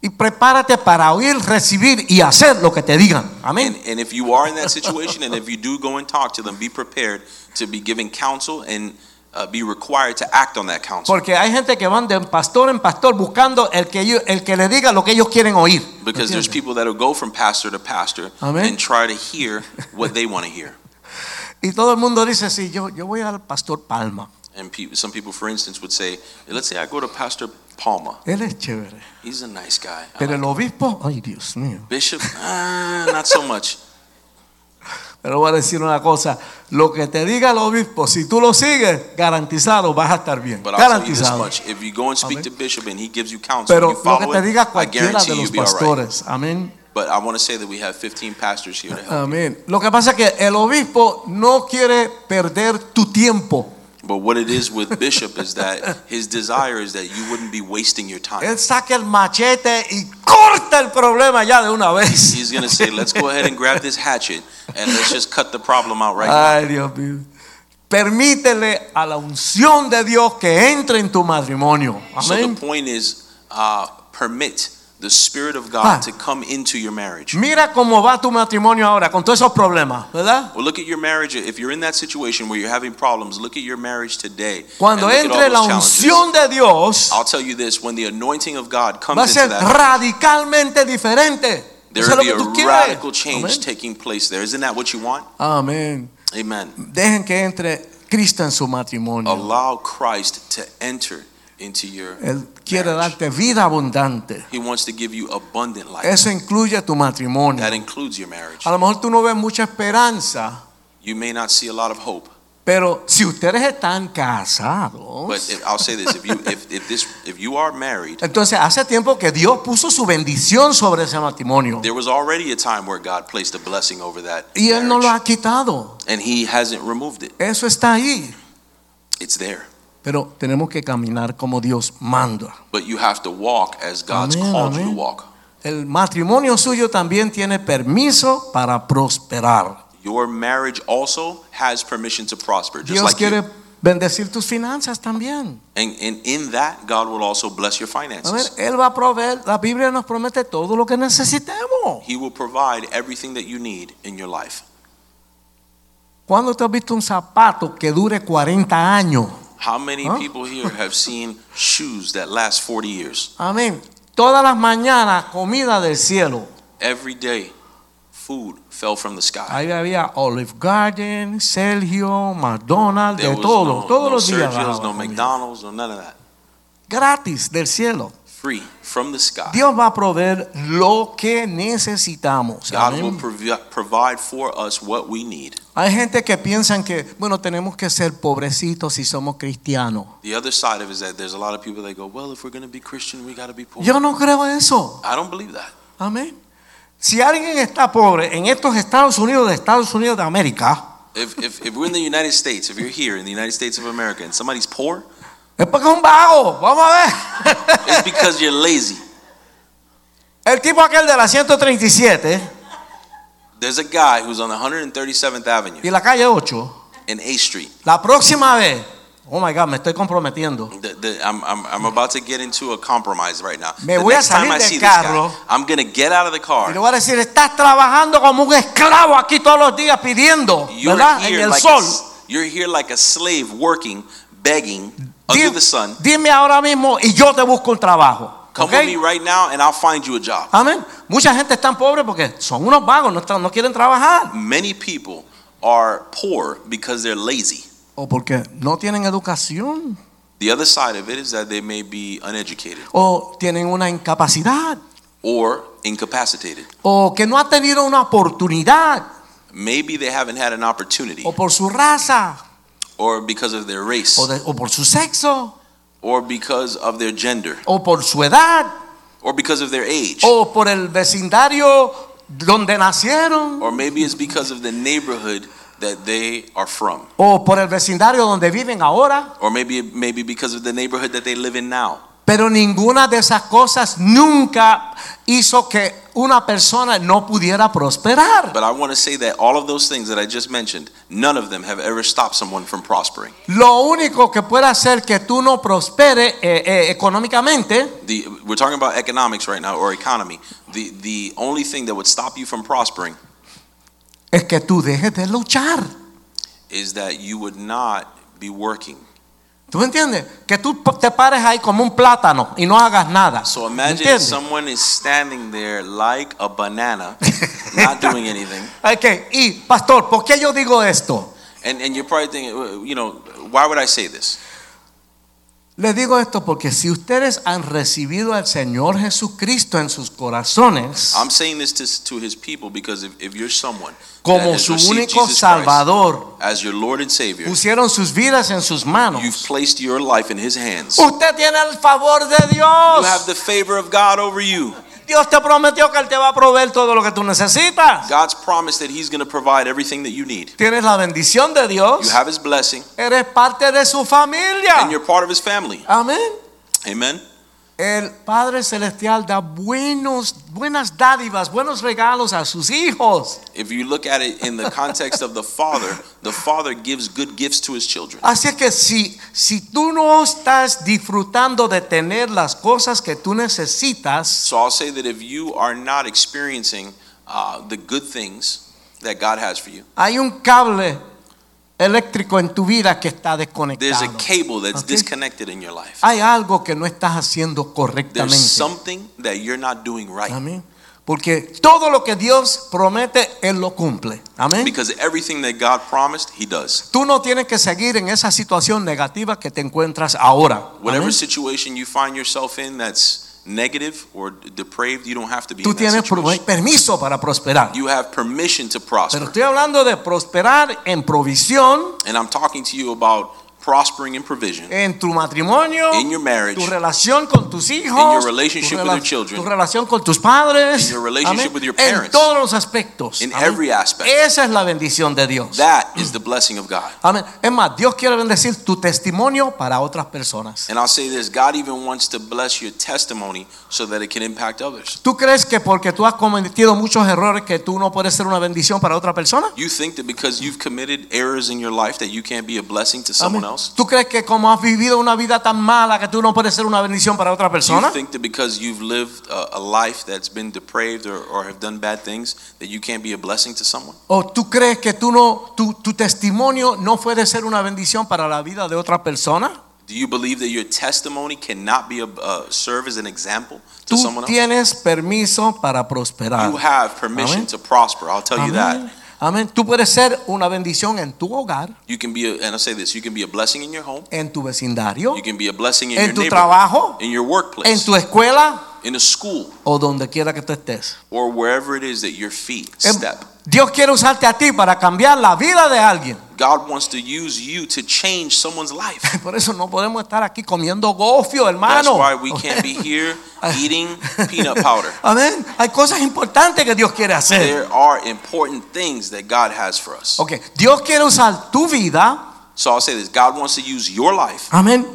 S2: Y prepárate para oír, recibir y hacer lo que te digan.
S3: And,
S2: Amén.
S3: and if you are in that situation, and if you do go and talk to them, be prepared to be giving counsel and uh, be required to act on that counsel.
S2: Porque hay gente que van de pastor en pastor buscando el que, ellos- el que le diga lo que ellos quieren oír.
S3: Because there's
S2: ¿Entiendes?
S3: people that'll go from pastor to pastor
S2: Amén.
S3: and try to hear what they want to hear.
S2: Y todo el mundo dice, sí, yo, yo voy al pastor Palma.
S3: And peop some people, for instance, would say, let's say I go to Pastor Palma.
S2: Él es chévere.
S3: He's a nice guy. I
S2: Pero
S3: like
S2: el obispo, ay Dios mío.
S3: him. Bishop, ah, not so much.
S2: Pero voy a decir una cosa, lo que te diga el obispo, si tú lo sigues, garantizado vas a estar bien.
S3: But I'll tell you this
S2: Garantizado.
S3: much. If you go and speak
S2: Amén.
S3: to Bishop and he gives you counsel,
S2: Pero
S3: you
S2: lo que
S3: follow
S2: te
S3: it,
S2: diga
S3: I
S2: cualquiera de
S3: guarantee
S2: los
S3: you'll be all right.
S2: pastores. Amén.
S3: But I want to say that we have 15 pastors here to help.
S2: Amén. Lo que pasa es que el obispo no quiere perder tu tiempo.
S3: But what it is with Bishop is that his desire is that you wouldn't be wasting your time.
S2: Él saca el machete y corta el problema ya de una vez.
S3: He's going to say, let's go ahead and grab this hatchet and let's just cut the problem out right now.
S2: Ay, Dios mío. Permítele a la unción de Dios que entre en tu matrimonio.
S3: So
S2: Amén.
S3: the point is, uh, permit the Spirit of God
S2: Ah.
S3: to come into your marriage.
S2: Mira cómo va tu matrimonio ahora con todos esos problemas, ¿verdad?
S3: Well, look at your marriage. If you're in that situation where you're having problems, look at your marriage today.
S2: Cuando
S3: and look at all
S2: entre la
S3: those challenges.
S2: unción de Dios,
S3: I'll tell you this: when the anointing of
S2: va
S3: God
S2: a
S3: comes
S2: ser
S3: into that,
S2: radicalmente diferente.
S3: there
S2: Eso es lo
S3: will be
S2: que tú
S3: a
S2: quieres.
S3: radical change
S2: Amén.
S3: taking place. There, isn't that what you want?
S2: Amén.
S3: Amen.
S2: Dejen que entre Cristo en su matrimonio.
S3: Allow Christ to enter into your
S2: Él quiere
S3: marriage.
S2: darte vida abundante.
S3: He wants to give you abundant life.
S2: Eso incluye tu matrimonio.
S3: That includes your marriage.
S2: A lo mejor tú no ves mucha esperanza,
S3: You may not see a lot of hope,
S2: pero si ustedes están casados,
S3: but if, I'll say this: if you if, if this if you are married,
S2: entonces hace tiempo que Dios puso su bendición sobre ese matrimonio
S3: there was already a time where God placed a blessing over that,
S2: y él no lo
S3: marriage,
S2: ha quitado.
S3: and He hasn't removed it.
S2: Eso está ahí,
S3: It's there,
S2: pero tenemos que caminar como Dios manda.
S3: but you have to walk as God's
S2: Amén,
S3: called you to
S2: amén.
S3: walk.
S2: El matrimonio suyo también tiene permiso para prosperar.
S3: Your marriage also has permission to prosper, just
S2: Dios
S3: like you.
S2: quiere bendecir tus finanzas también.
S3: And, and in that, God will also bless your
S2: A ver,
S3: finances.
S2: él va a proveer, la Biblia nos promete todo lo que necesitemos.
S3: He will provide everything that you need in your life.
S2: ¿Cuándo te has visto un zapato que dure 40 años?
S3: How many
S2: Huh?
S3: people here have seen shoes that last 40 years?
S2: Amén. Todas las mañanas comida del cielo.
S3: Every day, food fell from the sky.
S2: Ahí había Olive Garden, Sergio, McDonald's,
S3: There
S2: de
S3: was
S2: todo,
S3: no,
S2: todos
S3: no
S2: los días.
S3: Sergios,
S2: daba
S3: no
S2: comida.
S3: McDonald's, no none of that.
S2: Gratis del cielo.
S3: Free from the sky.
S2: Dios va a proveer lo que necesitamos.
S3: God
S2: Amén.
S3: will provi- provide for us what we need.
S2: Hay gente que piensan que, bueno, tenemos que ser pobrecitos si somos cristianos.
S3: The other side of it is that there's a lot of people that go, well, if we're going to be Christian, we got to be poor.
S2: Yo no creo eso.
S3: I don't believe that.
S2: Amén. Si alguien está pobre en estos Estados Unidos de Estados Unidos de América,
S3: If, if, if we're in the United States, if you're here in the United States of America and somebody's poor,
S2: Es porque es un vago, vamos a ver.
S3: it's because you're lazy.
S2: El tipo aquel de la 137
S3: There's a guy who's on 137th Avenue
S2: y la calle 8,
S3: in A Street.
S2: la próxima vez, oh my God, me estoy comprometiendo.
S3: The, the, I'm, I'm, I'm about to get into a compromise right now.
S2: Me
S3: the
S2: voy a
S3: next time
S2: salir
S3: I
S2: del
S3: see
S2: carro.
S3: this guy, I'm going to get out of
S2: Y
S3: the
S2: le
S3: car.
S2: voy a decir, estás trabajando como un esclavo aquí todos los días pidiendo,
S3: You're
S2: ¿verdad? En
S3: here,
S2: el
S3: like a
S2: sol.
S3: s- you're here like a slave working, begging under
S2: Di-
S3: the sun.
S2: Dime ahora mismo y yo te busco un trabajo.
S3: Come
S2: ¿ok?
S3: with me right now and I'll find you a job.
S2: Amén. Mucha gente es tan pobre porque son unos vagos, no, tra- no quieren trabajar.
S3: Many people are poor because they're lazy.
S2: O porque no tienen educación.
S3: The other side of it is that they may be uneducated
S2: O tienen una incapacidad.
S3: or incapacitated.
S2: O que no han tenido una oportunidad.
S3: Maybe they haven't had an opportunity
S2: O por su raza.
S3: or because of their race
S2: O, de- o por su sexo.
S3: or because of their gender
S2: O por su edad.
S3: or because of their age.
S2: O por el vecindario donde nacieron.
S3: Or maybe it's because of the neighborhood that they are from.
S2: O por el vecindario donde viven ahora.
S3: Or maybe maybe because of the neighborhood that they live in now.
S2: Pero ninguna de esas cosas nunca hizo que una persona no pudiera prosperar.
S3: But I want to say that all of those things that I just mentioned, none of them have ever stopped someone from prospering.
S2: Lo único que puede hacer que tú no prospere eh, eh, económicamente
S3: The, we're talking about economics right now or economy. The the only thing that would stop you from prospering
S2: es que tú dejes de luchar.
S3: is that you would not be working.
S2: ¿Tú me entiendes? Que tú p- te pares ahí como un plátano y no hagas nada.
S3: So
S2: ¿Me
S3: imagine
S2: entiendes?
S3: someone is standing there like a banana, not doing anything.
S2: Ok, y pastor, ¿por qué yo digo esto?
S3: And, and you're probably thinking, "Well, you know, why would I say this?
S2: Les digo esto porque si ustedes han recibido al Señor Jesucristo en sus corazones
S3: I'm saying this to, to his people because if, if you're someone that
S2: como
S3: has
S2: su
S3: received
S2: único
S3: Jesus Christ
S2: Salvador,
S3: as your Lord and Savior,
S2: pusieron sus vidas en sus manos.
S3: you've placed your life in his hands. You
S2: Usted tiene el favor de Dios.
S3: have the favor of God over you.
S2: Dios te prometió que Él te va a proveer todo lo que tú necesitas.
S3: God's promised that he's going to provide everything that you need.
S2: Tienes la bendición de
S3: You
S2: Dios.
S3: have his blessing
S2: Eres parte de su familia.
S3: and you're part of his family.
S2: Amén.
S3: Amen.
S2: El Padre Celestial da buenos, buenas dádivas, buenos regalos a sus hijos.
S3: If you look at it in the context of the Father, the Father gives good gifts to his children.
S2: Así es que si, si tú no estás disfrutando de tener las cosas que tú necesitas,
S3: So I'll say that if you are not experiencing uh, the good things that God has for you,
S2: hay un cable eléctrico en tu vida que está
S3: there's a
S2: desconectado.
S3: cable that's
S2: Okay.
S3: disconnected in your life.
S2: Hay algo que no estás haciendo
S3: There's
S2: correctamente.
S3: something that you're not doing right.
S2: Amén. Porque todo lo que Dios promete, Él lo cumple. Amén.
S3: Because everything that God promised, He does.
S2: Tú no tienes que seguir en esa situación negativa que te encuentras ahora.
S3: Whatever
S2: Amén.
S3: situation you find yourself in that's negative or depraved, you don't have to be
S2: Tú
S3: in that
S2: tienes pro-
S3: situation.
S2: permiso para prosperar.
S3: You have permission to
S2: Pero
S3: prosper.
S2: estoy hablando de prosperar en provisión,
S3: And I'm talking to you about prospering in provision,
S2: en tu matrimonio,
S3: in your marriage,
S2: tu
S3: in
S2: relación con tus
S3: In
S2: hijos,
S3: your relationship
S2: tu,
S3: with your children.
S2: tu relación con tus padres,
S3: In your relationship
S2: Amén.
S3: with your
S2: en
S3: parents.
S2: todos los aspectos. Amén.
S3: every aspect.
S2: Esa es la bendición de Dios.
S3: That is the blessing of God.
S2: Amén. Es más, Dios quiere bendecir tu testimonio para otras personas.
S3: And I'll say this God even wants to bless your testimony so that it can impact others.
S2: ¿Tú crees que porque tú has cometido muchos errores que tú no puedes ser una bendición para otra persona?
S3: You think that because you've committed errors in your life that you can't be a blessing to someone
S2: Amén.
S3: else?
S2: ¿Tú crees que como has vivido una vida tan mala que tú no puedes ser una bendición para otra
S3: Do you
S2: persona?
S3: think that because you've lived a, a life that's been depraved or, or have done bad things that you can't be a blessing to someone?
S2: ¿O tú crees que tú no, tu, tu testimonio no puede ser una bendición para la vida de otra persona?
S3: Do you believe that your testimony cannot be a, uh, serve as an example to
S2: Tú
S3: someone else?
S2: tienes permiso para prosperar.
S3: You have permission
S2: Amén.
S3: to prosper. I'll tell you
S2: Amén.
S3: that.
S2: Amén. Tú puedes ser una bendición en tu hogar,
S3: You can be, a, and I'll say this: you can be a blessing in your home.
S2: en tu vecindario,
S3: You can be a blessing in
S2: En
S3: your
S2: tu
S3: neighborhood,
S2: trabajo.
S3: in your
S2: en
S3: workplace,
S2: tu escuela
S3: in a school,
S2: o donde quiera que tú estés.
S3: or wherever it is that your feet
S2: Es-
S3: step.
S2: Dios quiere usarte a ti para cambiar la vida de alguien.
S3: God wants to use you to change someone's life.
S2: Por eso no podemos estar aquí comiendo gofio,
S3: That's
S2: hermano.
S3: why we can't be here eating peanut powder.
S2: Amén. Hay cosas importantes que Dios quiere hacer.
S3: There are important things that God has for us.
S2: Ok, Dios quiere usar tu vida,
S3: So I'll say this God wants to use your life
S2: amén,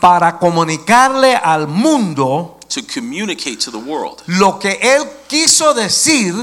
S2: para comunicarle al mundo
S3: to communicate to the world
S2: lo que Él quiso decir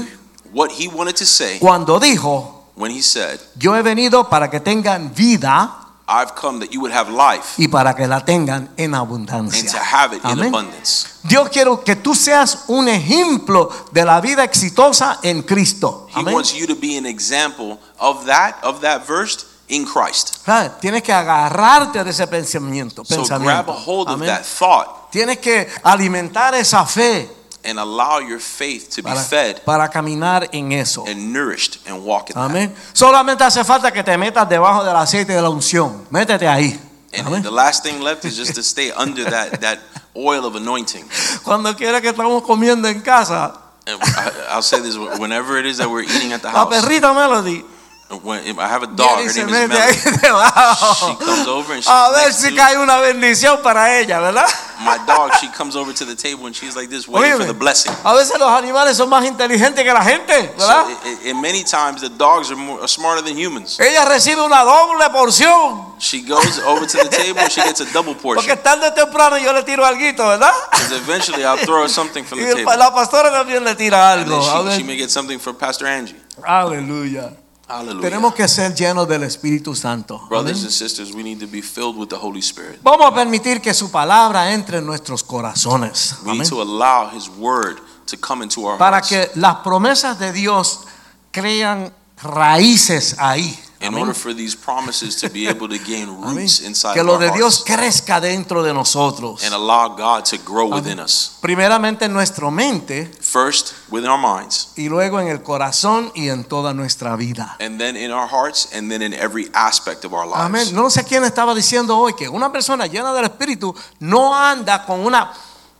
S3: what He wanted to say
S2: cuando dijo,
S3: when He said,
S2: yo he venido para que tengan vida
S3: I've come that you would have life
S2: y para que la tengan en
S3: and to
S2: abundancia.
S3: have it in
S2: Amén.
S3: abundance.
S2: Dios quiere que tú seas un ejemplo de la vida exitosa en Cristo.
S3: He
S2: Amén.
S3: wants you to be an example of that, of that verse in Christ.
S2: ¿Sabes? Ah, Tienes que agarrarte de ese pensamiento.
S3: So
S2: pensamiento.
S3: grab a hold of
S2: Amén.
S3: that thought
S2: Tienes que alimentar esa fe
S3: and allow your faith to be
S2: para,
S3: fed
S2: para caminar en eso.
S3: and nourished and walk in that.
S2: Amén. Solamente hace falta que te metas debajo del aceite de la unción. Métete ahí.
S3: And
S2: Amén.
S3: the last thing left is just to stay under that, that oil of anointing.
S2: Cuando quiera que estamos comiendo en casa,
S3: And I, I'll say this whenever it is that we're eating at the
S2: la
S3: house,
S2: perrita Melody
S3: when, if I have a dog,
S2: viene y
S3: her
S2: se
S3: name is
S2: mete
S3: Melody.
S2: ahí Ah, debajo.
S3: She comes over and she's
S2: A ver
S3: next
S2: si
S3: to-
S2: cae una bendición para ella, ¿verdad?
S3: my dog, she comes over to the table and she's like this, waiting for
S2: Óyeme,
S3: the blessing.
S2: A veces los animales son más inteligentes que la gente,
S3: So,
S2: ¿verdad?
S3: i- i- and many times the dogs are, more, are smarter than humans.
S2: Ella recibe una doble porción.
S3: She goes over to the table and she gets a double
S2: Porque
S3: portion.
S2: tarde o temprano yo le tiro algo, ¿verdad?
S3: Because eventually I'll throw her something from
S2: Y
S3: the
S2: el-
S3: table.
S2: la pastora también le tira
S3: And
S2: algo.
S3: then she, she
S2: Amén.
S3: may get something for Pastor Angie.
S2: Aleluya.
S3: Hallelujah.
S2: Tenemos que ser llenos del Espíritu Santo.
S3: Brothers
S2: Amén.
S3: and sisters, we need to be filled with the Holy Spirit.
S2: Vamos a permitir que su palabra entre en nuestros corazones.
S3: We need
S2: Amén.
S3: to allow His Word to come into our
S2: Para
S3: hearts.
S2: que las promesas de Dios crean raíces ahí.
S3: In
S2: Amén.
S3: order for these promises to be able to gain
S2: Amén.
S3: roots inside
S2: Que
S3: of
S2: lo
S3: our
S2: de Dios
S3: hearts
S2: crezca dentro de nosotros.
S3: and allow God to grow
S2: Amén.
S3: within us.
S2: Primeramente en nuestra mente
S3: First, within our minds.
S2: y luego en el corazón y en toda nuestra vida.
S3: and then in our hearts and then in every aspect of our lives.
S2: Amén. No sé quién estaba diciendo hoy que una persona llena del Espíritu no anda con una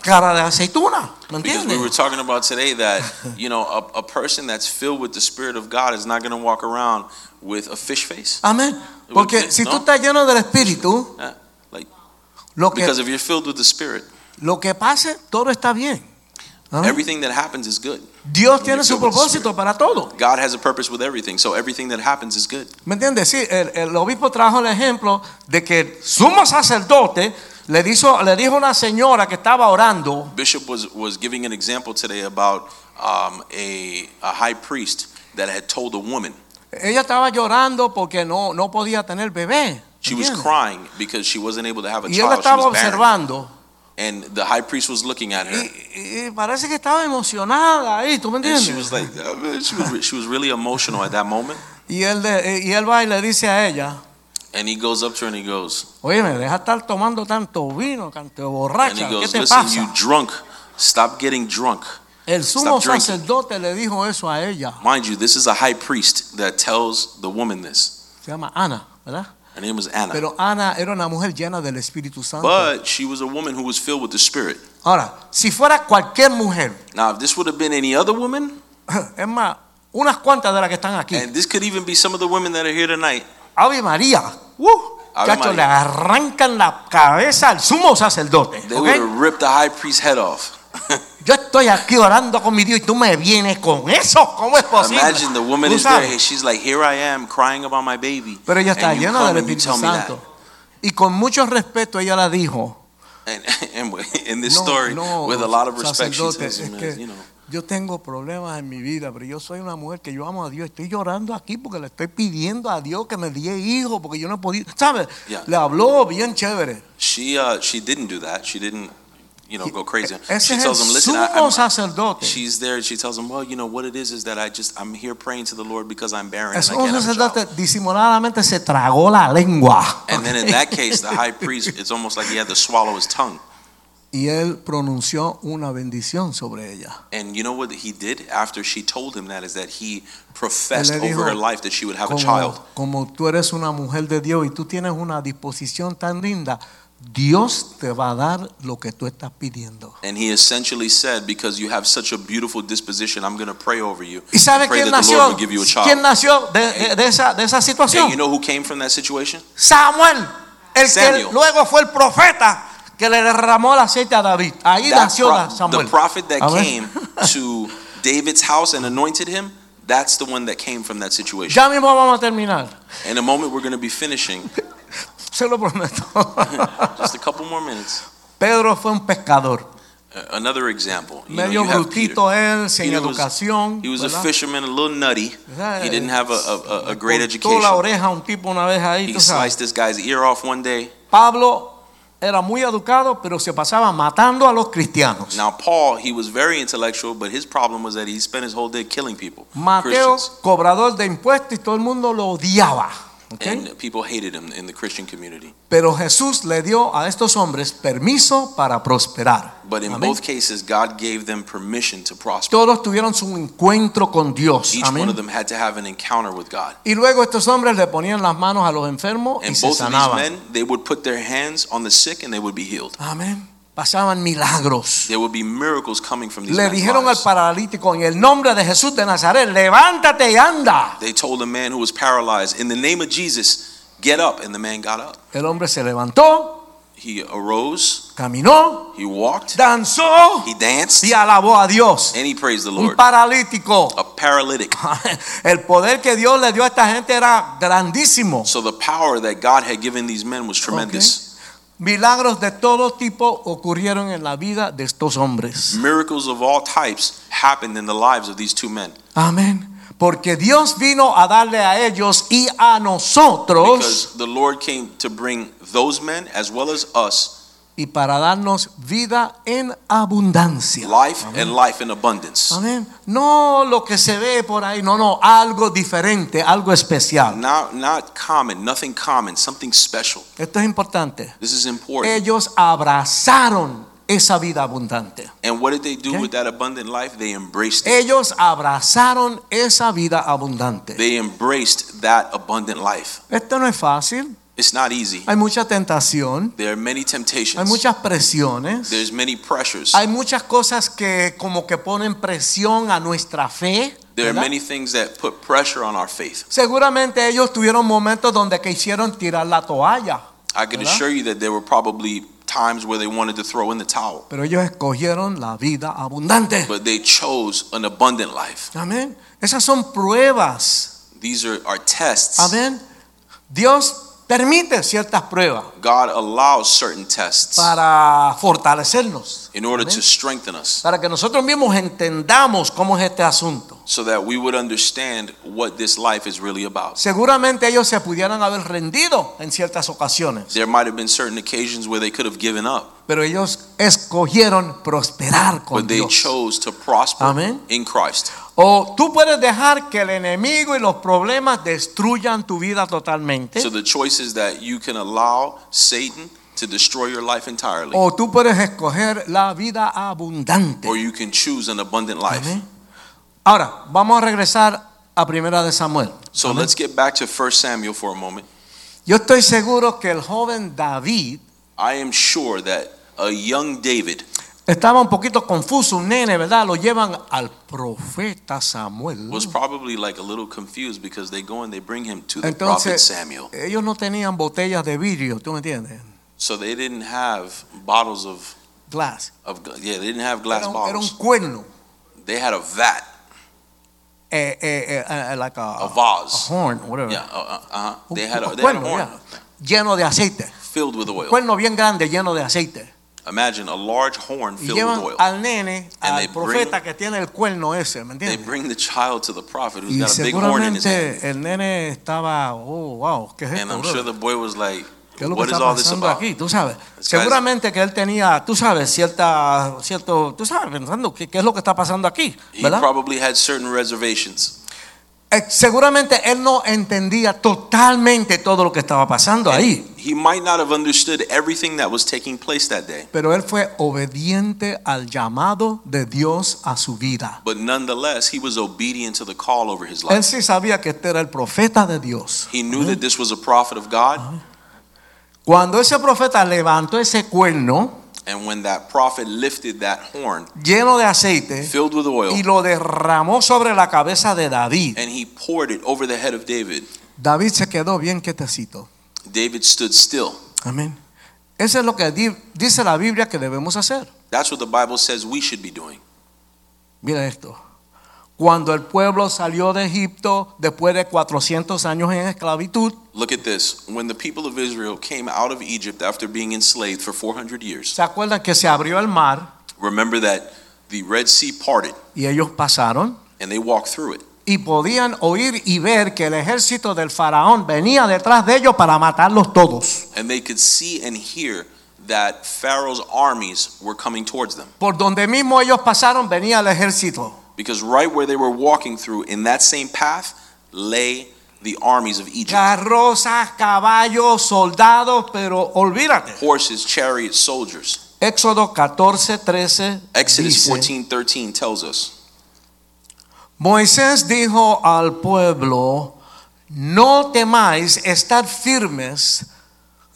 S2: cara de aceituna. ¿Me
S3: Because we were
S2: entiendes?
S3: talking about today that, you know, a, a person that's filled with the Spirit of God is not going to walk around with a fish face.
S2: Amén. Porque si tú
S3: No.
S2: estás lleno del Espíritu,
S3: Yeah, Uh, like-
S2: lo que
S3: Because if you're filled with the Spirit,
S2: Lo que pase, todo está bien. Amén.
S3: everything that happens is good.
S2: Dios
S3: you're
S2: tiene su
S3: filled with the
S2: propósito para todo.
S3: God has a purpose with everything, so everything that happens is good.
S2: ¿Me entiendes? Sí, el, el obispo trajo el ejemplo de que el sumo sacerdote le, dijo, le dijo a una señora que estaba orando,
S3: Bishop was, was giving an example today about um, a, a high priest that had told a woman.
S2: ella estaba llorando porque no, no podía tener bebé.
S3: She was
S2: ¿entiendes?
S3: crying because she wasn't able to have a
S2: Y él la
S3: child. She
S2: estaba
S3: was barren.
S2: observando
S3: And the high priest was looking at her.
S2: y, y parece que estaba emocionada ahí, ¿tú me
S3: And she was
S2: entiendes?
S3: like, uh, man, she was, re- she was really emotional at that moment.
S2: Y él, le- y él va y le dice a ella,
S3: And he goes up to her and he goes,
S2: oye, me deja estar tomando tanto vino, tanto
S3: and
S2: borracha,
S3: he
S2: ¿qué
S3: goes,
S2: te
S3: listen, you
S2: pasa?
S3: drunk. Stop getting drunk.
S2: El sumo
S3: Stop drinking.
S2: sacerdote le dijo eso a ella.
S3: Mind you, this is a high priest that tells the woman this.
S2: Se llama Ana, ¿verdad?
S3: Her name was Anna.
S2: Pero Ana era una mujer llena del Espíritu Santo.
S3: But she was a woman who was filled with the Spirit.
S2: Ahora, si fuera cualquier mujer,
S3: Now, if this would have been any other woman,
S2: es más, unas cuantas de las que están aquí,
S3: and this could even be some of the women that are here tonight,
S2: Ave María,
S3: Ave
S2: chacho,
S3: María.
S2: le arrancan la cabeza al sumo sacerdote.
S3: they
S2: ¿ok?
S3: would have ripped the high priest's head off.
S2: Yo estoy aquí orando con mi Dios y tú me vienes con eso. ¿Cómo es posible?
S3: Imagine the woman
S2: Tú
S3: is
S2: sabes.
S3: there. She's like, here I am crying about my baby.
S2: Pero ella
S3: and
S2: está
S3: you
S2: llena
S3: come
S2: del
S3: and you
S2: Espíritu
S3: tell me that.
S2: Santo. Y con mucho respeto ella la dijo.
S3: And, and w- in this
S2: No,
S3: story,
S2: no,
S3: with a lot of respect, she
S2: sacerdote,
S3: tells him,
S2: es que
S3: "Man, you know,
S2: Yo tengo problemas en mi vida, pero yo soy una mujer que yo amo a Dios. Estoy llorando aquí porque le estoy pidiendo a Dios que me dé hijos porque yo no he podido. ¿Sabes?
S3: Yeah.
S2: Le habló bien chévere.
S3: she uh, she didn't do that. She didn't, you know, go crazy.
S2: e, Ese
S3: She
S2: es el
S3: tells him, listen, I,
S2: sumo
S3: I'm-
S2: sacerdote.
S3: she's there. She tells him, well, you know what it is is that I just I'm here praying to the Lord because I'm barren
S2: El
S3: and I
S2: sumo
S3: can't have a
S2: sacerdote
S3: child."
S2: disimuladamente se tragó la lengua.
S3: And then in that case, the high priest, it's almost like he had to swallow his tongue.
S2: y él pronunció una bendición sobre ella.
S3: And you know what he did after she told him that is that he
S2: Él
S3: professed
S2: le
S3: over her
S2: dijo,
S3: life that she would have a
S2: como,
S3: child.
S2: como tú eres una mujer de Dios y tú tienes una disposición tan linda, Dios te va a dar lo que tú estás pidiendo.
S3: And he essentially said, Because you have such a beautiful disposition, I'm going to pray over you.
S2: ¿Y
S3: I
S2: sabe
S3: pray
S2: quién
S3: that the Lord
S2: nació?
S3: would give you a
S2: ¿Quién
S3: child.
S2: nació de, de- de esa, de esa
S3: And you
S2: situación?
S3: know who came from that situation?
S2: Samuel, el que
S3: Samuel.
S2: luego fue el profeta que le derramó el aceite a David. Ahí
S3: That
S2: nació
S3: pro-
S2: la- Samuel.
S3: the prophet that
S2: Amén.
S3: came to David's house and anointed him, that's the one that came from that situation.
S2: Ya mismo vamos a terminar.
S3: In a moment, we're going to be finishing.
S2: Se lo prometo.
S3: Just a couple more minutes.
S2: Pedro fue un pescador.
S3: Uh, another example. You know,
S2: medio
S3: you have Peter.
S2: brutito él, sin
S3: Peter was-
S2: educación.
S3: He was a
S2: ¿verdad?
S3: fisherman, a little nutty.
S2: ¿Verdad?
S3: He didn't have a, a, a- a great
S2: Le cortó la
S3: education.
S2: oreja a un tipo una vez ahí.
S3: He
S2: tú sabes.
S3: sliced this guy's ear off one day.
S2: Pablo era muy educado, pero se pasaba matando a los cristianos.
S3: Now, Paul, he was very intellectual, but his problem was that he spent his whole day killing people.
S2: Mateo,
S3: Christians.
S2: cobrador de impuestos, y todo el mundo lo odiaba. ¿ok?
S3: And people hated him in the Christian community.
S2: Pero Jesús le dio a estos hombres permiso para prosperar.
S3: But in
S2: Amén.
S3: both cases, God gave them permission to prosper.
S2: Todos tuvieron su encuentro con Dios.
S3: Each one of
S2: Amén.
S3: them had to have an encounter with God.
S2: Y luego estos hombres le ponían las manos a los enfermos y
S3: And
S2: se
S3: both of these
S2: sanaban.
S3: men, they would put their hands on the sick and they would be healed.
S2: Amén. Pasaban milagros.
S3: There would be miracles coming from these
S2: Le
S3: men's
S2: dijeron al
S3: lives.
S2: paralítico en el nombre de Jesús de Nazaret, levántate y anda.
S3: They told a man who was paralyzed, In the name of Jesus, get up. And the man got up.
S2: El hombre se levantó,
S3: He arose,
S2: caminó,
S3: he walked,
S2: danzó
S3: he danced,
S2: y alabó a Dios.
S3: and he praised the
S2: Un
S3: Lord.
S2: paralítico.
S3: A paralytic.
S2: El poder que Dios le dio a esta gente era grandísimo.
S3: So the power that God had given these men was tremendous.
S2: Milagros de todo tipo ocurrieron en la vida de estos hombres.
S3: Miracles of all types happened in the lives of these two men
S2: Amén. Porque Dios vino a darle a ellos y a nosotros
S3: because the Lord came to bring those men as well as us
S2: y para darnos vida en abundancia.
S3: life and life in abundance.
S2: Amén. No lo que se ve por ahí, no, no, algo diferente, algo especial.
S3: Not not common, nothing common, something special.
S2: Esto es importante.
S3: This is important.
S2: Ellos abrazaron esa vida abundante.
S3: And what did they do
S2: Okay.
S3: with that abundant life? They embraced it.
S2: Ellos abrazaron esa vida abundante.
S3: They embraced that abundant life.
S2: Esto no es fácil.
S3: It's not easy.
S2: Hay mucha tentación,
S3: There are many
S2: hay
S3: temptations.
S2: muchas presiones,
S3: There's many pressures.
S2: hay muchas cosas que como que ponen presión a nuestra fe.
S3: There are
S2: ¿verdad?
S3: many things that put pressure on our faith.
S2: Seguramente ellos tuvieron momentos donde quisieron tirar la toalla,
S3: I can
S2: ¿Verdad?
S3: assure you that there were probably times where they wanted to throw in the towel,
S2: pero ellos escogieron la vida abundante.
S3: but they chose an abundant life.
S2: Amén. Esas son pruebas.
S3: These are our tests.
S2: Amén. Dios permite ciertas pruebas
S3: God allows certain tests
S2: para fortalecernos,
S3: in order
S2: Amén.
S3: to strengthen us
S2: para que nosotros mismos entendamos cómo es este asunto.
S3: so that we would understand what this life is really about.
S2: Seguramente ellos se pudieran haber rendido en ciertas ocasiones,
S3: There might have been certain occasions where they could have given up,
S2: pero ellos escogieron prosperar con
S3: but they
S2: Dios.
S3: chose to prosper
S2: Amén.
S3: in Christ.
S2: O tú puedes dejar que el enemigo y los problemas destruyan tu vida totalmente.
S3: So the choice is that you can allow Satan to destroy your life entirely,
S2: O tú puedes escoger la vida abundante.
S3: or you can choose an abundant life.
S2: Amén. Ahora, vamos a regresar a Primera de Samuel.
S3: So
S2: Amén.
S3: let's get back to 1 Samuel for a moment.
S2: Yo estoy seguro que el joven David
S3: I am sure that a young David,
S2: estaba un poquito confuso, un nene, ¿verdad? Lo llevan al profeta Samuel.
S3: was probably like a little confused because they go and they bring him to the prophet
S2: Entonces,
S3: Samuel.
S2: ellos no tenían botellas de vidrio, ¿tú me entiendes?
S3: So they didn't have bottles of,
S2: Glass.
S3: of gla- yeah, they didn't have glass
S2: Era Ah. un, era un
S3: bottles.
S2: cuerno.
S3: They had a vat,
S2: Eh, eh, eh, eh, like a,
S3: a vase.
S2: a horn, whatever.
S3: Yeah, uh, uh, uh-huh.
S2: Un-
S3: They had a,
S2: un
S3: they had a
S2: cuerno,
S3: horn
S2: yeah. Lleno de aceite.
S3: filled with oil.
S2: Cuerno bien grande, lleno de aceite.
S3: Imagine a large horn
S2: Y
S3: filled
S2: llevan
S3: with oil.
S2: al nene,
S3: And
S2: al
S3: they
S2: profeta
S3: bring-
S2: que tiene el cuerno ese, ¿me
S3: They
S2: entiendes?
S3: bring the child to the prophet who's
S2: Y
S3: got a big horn in his hand.
S2: seguramente el nene estaba, oh, wow, ¿qué es
S3: And
S2: esto?
S3: I'm
S2: brother?
S3: sure the boy was like,
S2: ¿Qué es lo que
S3: what is
S2: está
S3: all this
S2: pasando
S3: about?
S2: aquí? Tú sabes.
S3: This guy's-
S2: Seguramente que él tenía, tú sabes, cierta, cierto, tú sabes, pensando qué, qué es lo que está pasando aquí,
S3: He
S2: ¿verdad?
S3: probably had certain reservations.
S2: Eh, Seguramente él no entendía totalmente todo lo que estaba pasando ahí,
S3: He might not have understood everything that was taking place that day,
S2: pero él fue obediente al llamado de Dios a su vida.
S3: but nonetheless, he was obedient to the call over his
S2: Él
S3: life.
S2: sí sabía que este era el profeta de Dios.
S3: He knew that this was a prophet of God.
S2: Cuando ese profeta levantó ese cuerno
S3: And when that prophet lifted that horn
S2: lleno de aceite
S3: filled with oil
S2: Eh. y lo derramó sobre la cabeza de David,
S3: and he poured it over the head of David,
S2: David se quedó bien quietecito.
S3: David stood still.
S2: Amén. Eso es lo que di- dice la Biblia que debemos hacer.
S3: That's what the Bible says we should be doing.
S2: Mira esto. Cuando el pueblo salió de Egipto después de 400 años en esclavitud,
S3: Look at this. When the people of Israel came out of Egypt after being enslaved for 400 years,
S2: ¿se acuerdan que se abrió el mar
S3: remember that the Red Sea parted
S2: y ellos pasaron?
S3: and they walked through it.
S2: Y podían oír y ver que el ejército del faraón venía detrás de ellos para matarlos todos.
S3: And they could see and hear that Pharaoh's armies were coming towards them.
S2: Por donde mismo ellos pasaron venía el ejército.
S3: Because right where they were walking through, in that same path, lay the armies of Egypt
S2: Carrozas, caballos, soldados, pero olvídate.
S3: horses, chariots, soldiers.
S2: Éxodo 14, 13.
S3: Exodus
S2: dice,
S3: 14 13 tells us
S2: Moisés dijo al pueblo, no temáis estar firmes,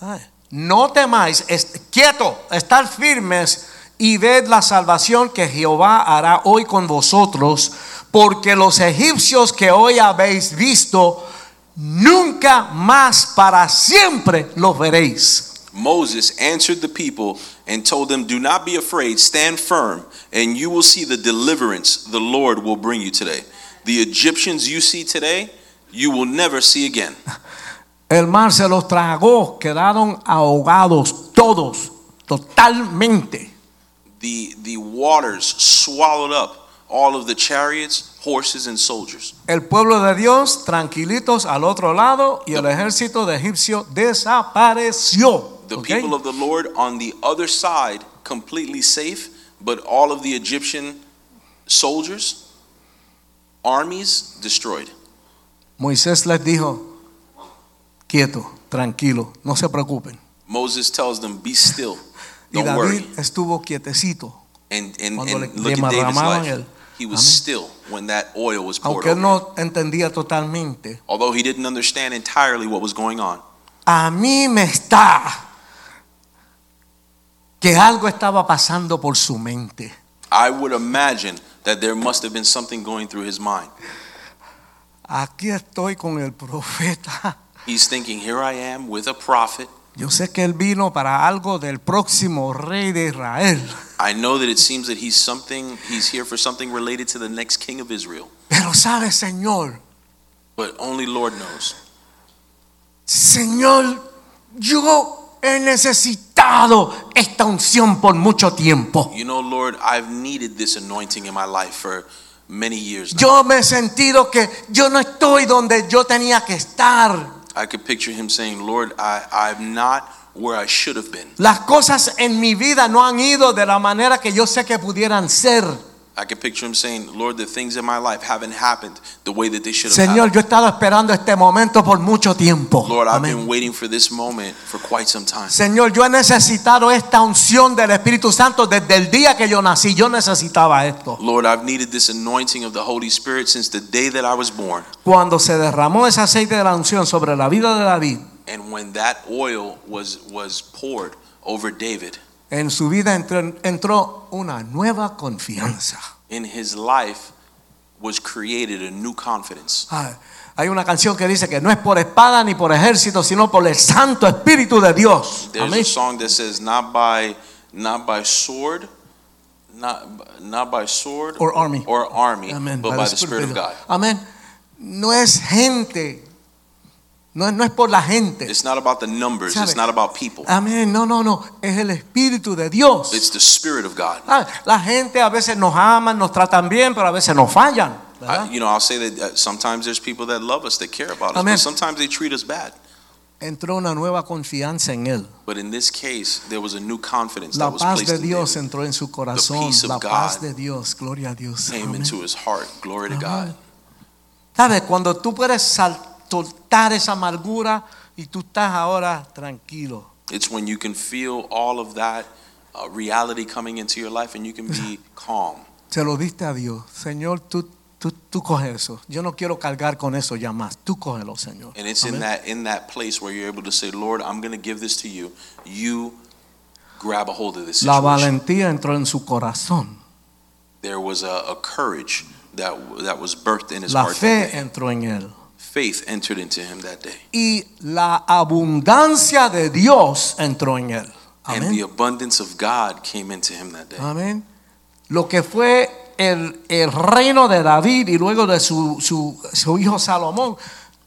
S2: Ay, no temáis, est- quieto, estar firmes y ved la salvación que Jehová hará hoy con vosotros, porque los egipcios que hoy habéis visto, nunca más para siempre los veréis.
S3: Moses answered the people and told them, Do not be afraid, stand firm, and you will see the deliverance the Lord will bring you today. The Egyptians you see today, you will never see again.
S2: El mar se los tragó, quedaron ahogados todos, totalmente.
S3: The, the waters swallowed up all of the chariots, horses, and soldiers.
S2: El pueblo de Dios tranquilitos al otro lado y el ejército de egipcio desapareció.
S3: The
S2: ¿ok?
S3: people of the Lord on the other side, completely safe, but all of the Egyptian soldiers, armies destroyed.
S2: Moisés les dijo, quieto, tranquilo, no se preocupen.
S3: Moses tells them, Be still,
S2: Y
S3: don't
S2: David
S3: worry.
S2: estuvo quietecito,
S3: And, and,
S2: Cuando
S3: and
S2: le-
S3: look
S2: le
S3: at David's
S2: derramaban
S3: life.
S2: el-
S3: he
S2: Amén.
S3: was still when that oil was poured
S2: aunque él
S3: over. him.
S2: no entendía totalmente.
S3: Although he didn't understand entirely what was going on.
S2: A mí me está que algo estaba pasando por su mente.
S3: I would imagine that there must have been something going through his mind.
S2: Aquí estoy con el profeta.
S3: He's thinking, Here I am with a prophet.
S2: Yo sé que él vino para algo del próximo rey de Israel.
S3: I know that it seems that he's something, he's here for something related to the next king of Israel.
S2: Pero sabe, Señor,
S3: But only Lord knows.
S2: Señor, yo he necesitado esta unción por mucho tiempo.
S3: You know, Lord, I've needed this anointing in my life for many years now.
S2: Yo me he sentido que yo no estoy donde yo tenía que estar.
S3: I could picture him saying, Lord, I, I'm not where I should have been.
S2: Las cosas en mi vida no han ido de la manera que yo sé que pudieran ser.
S3: I can picture him saying, Lord, the things in my life haven't happened the way that they should have
S2: Señor,
S3: happened.
S2: yo he estado esperando este momento por mucho tiempo.
S3: Lord, I've been
S2: Amén.
S3: waiting for this moment for quite some time.
S2: Señor, yo he necesitado esta unción del Espíritu Santo desde el día que yo nací. Yo necesitaba esto.
S3: Lord, I've needed this anointing of the Holy Spirit since the day that I was born.
S2: Cuando se derramó ese aceite de la unción sobre la vida de David,
S3: And when that oil was was poured over David,
S2: En su vida entró, entró una nueva confianza.
S3: in his life was created a new confidence.
S2: Ay, Ah, Hay una canción que dice que no es por espada ni por ejército, sino por el Santo Espíritu de Dios.
S3: There's
S2: Amén.
S3: a song that says, "Not by, not by sword, not not by sword
S2: Or army.
S3: or army,
S2: Amén.
S3: but
S2: By
S3: by
S2: the
S3: the Spirit of God."
S2: Amén. No es gente. No, no es por la gente.
S3: It's not about the numbers.
S2: ¿Sabe?
S3: It's not about people.
S2: Amén. No, no, no. Es el Espíritu de Dios.
S3: It's the Spirit of God.
S2: Ah, la gente a veces nos aman, nos tratan bien, pero a veces nos fallan. ¿verdad?
S3: I, you know, I'll say that uh, sometimes there's people that love us, that care about us,
S2: Amen.
S3: but sometimes they treat us bad.
S2: Entró una nueva confianza en Él.
S3: But in this case, there was a new confidence
S2: La
S3: that was
S2: paz
S3: placed
S2: de
S3: in
S2: Dios
S3: David.
S2: entró en su corazón.
S3: peace of
S2: La paz
S3: God
S2: de Dios, gloria a Dios.
S3: came
S2: Amén.
S3: into his heart. Glory to God.
S2: ¿Sabes? Cuando tú puedes sal- soltar esa amargura y tú estás ahora tranquilo.
S3: It's when you can feel all of that uh, reality coming into your life and you can be calm.
S2: Se lo diste a Dios. Señor, tú Tú, tú coge eso. Yo no quiero cargar con eso ya más. Tú cógelo, Señor.
S3: And it's in
S2: Amén.
S3: that in that place where you're able to say, Lord, I'm going to give this to you. You grab a hold of this
S2: La
S3: situation.
S2: valentía entró en su corazón.
S3: There was a, a courage that that was birthed in his
S2: La
S3: heart. that
S2: fe
S3: day.
S2: entró en él.
S3: Faith entered into him that day,
S2: Y la abundancia de Dios entró en él.
S3: and the
S2: Amén.
S3: abundance of God came into him that day.
S2: Amén. Lo que fue el, el reino de David y luego de su, su, su hijo Salomón,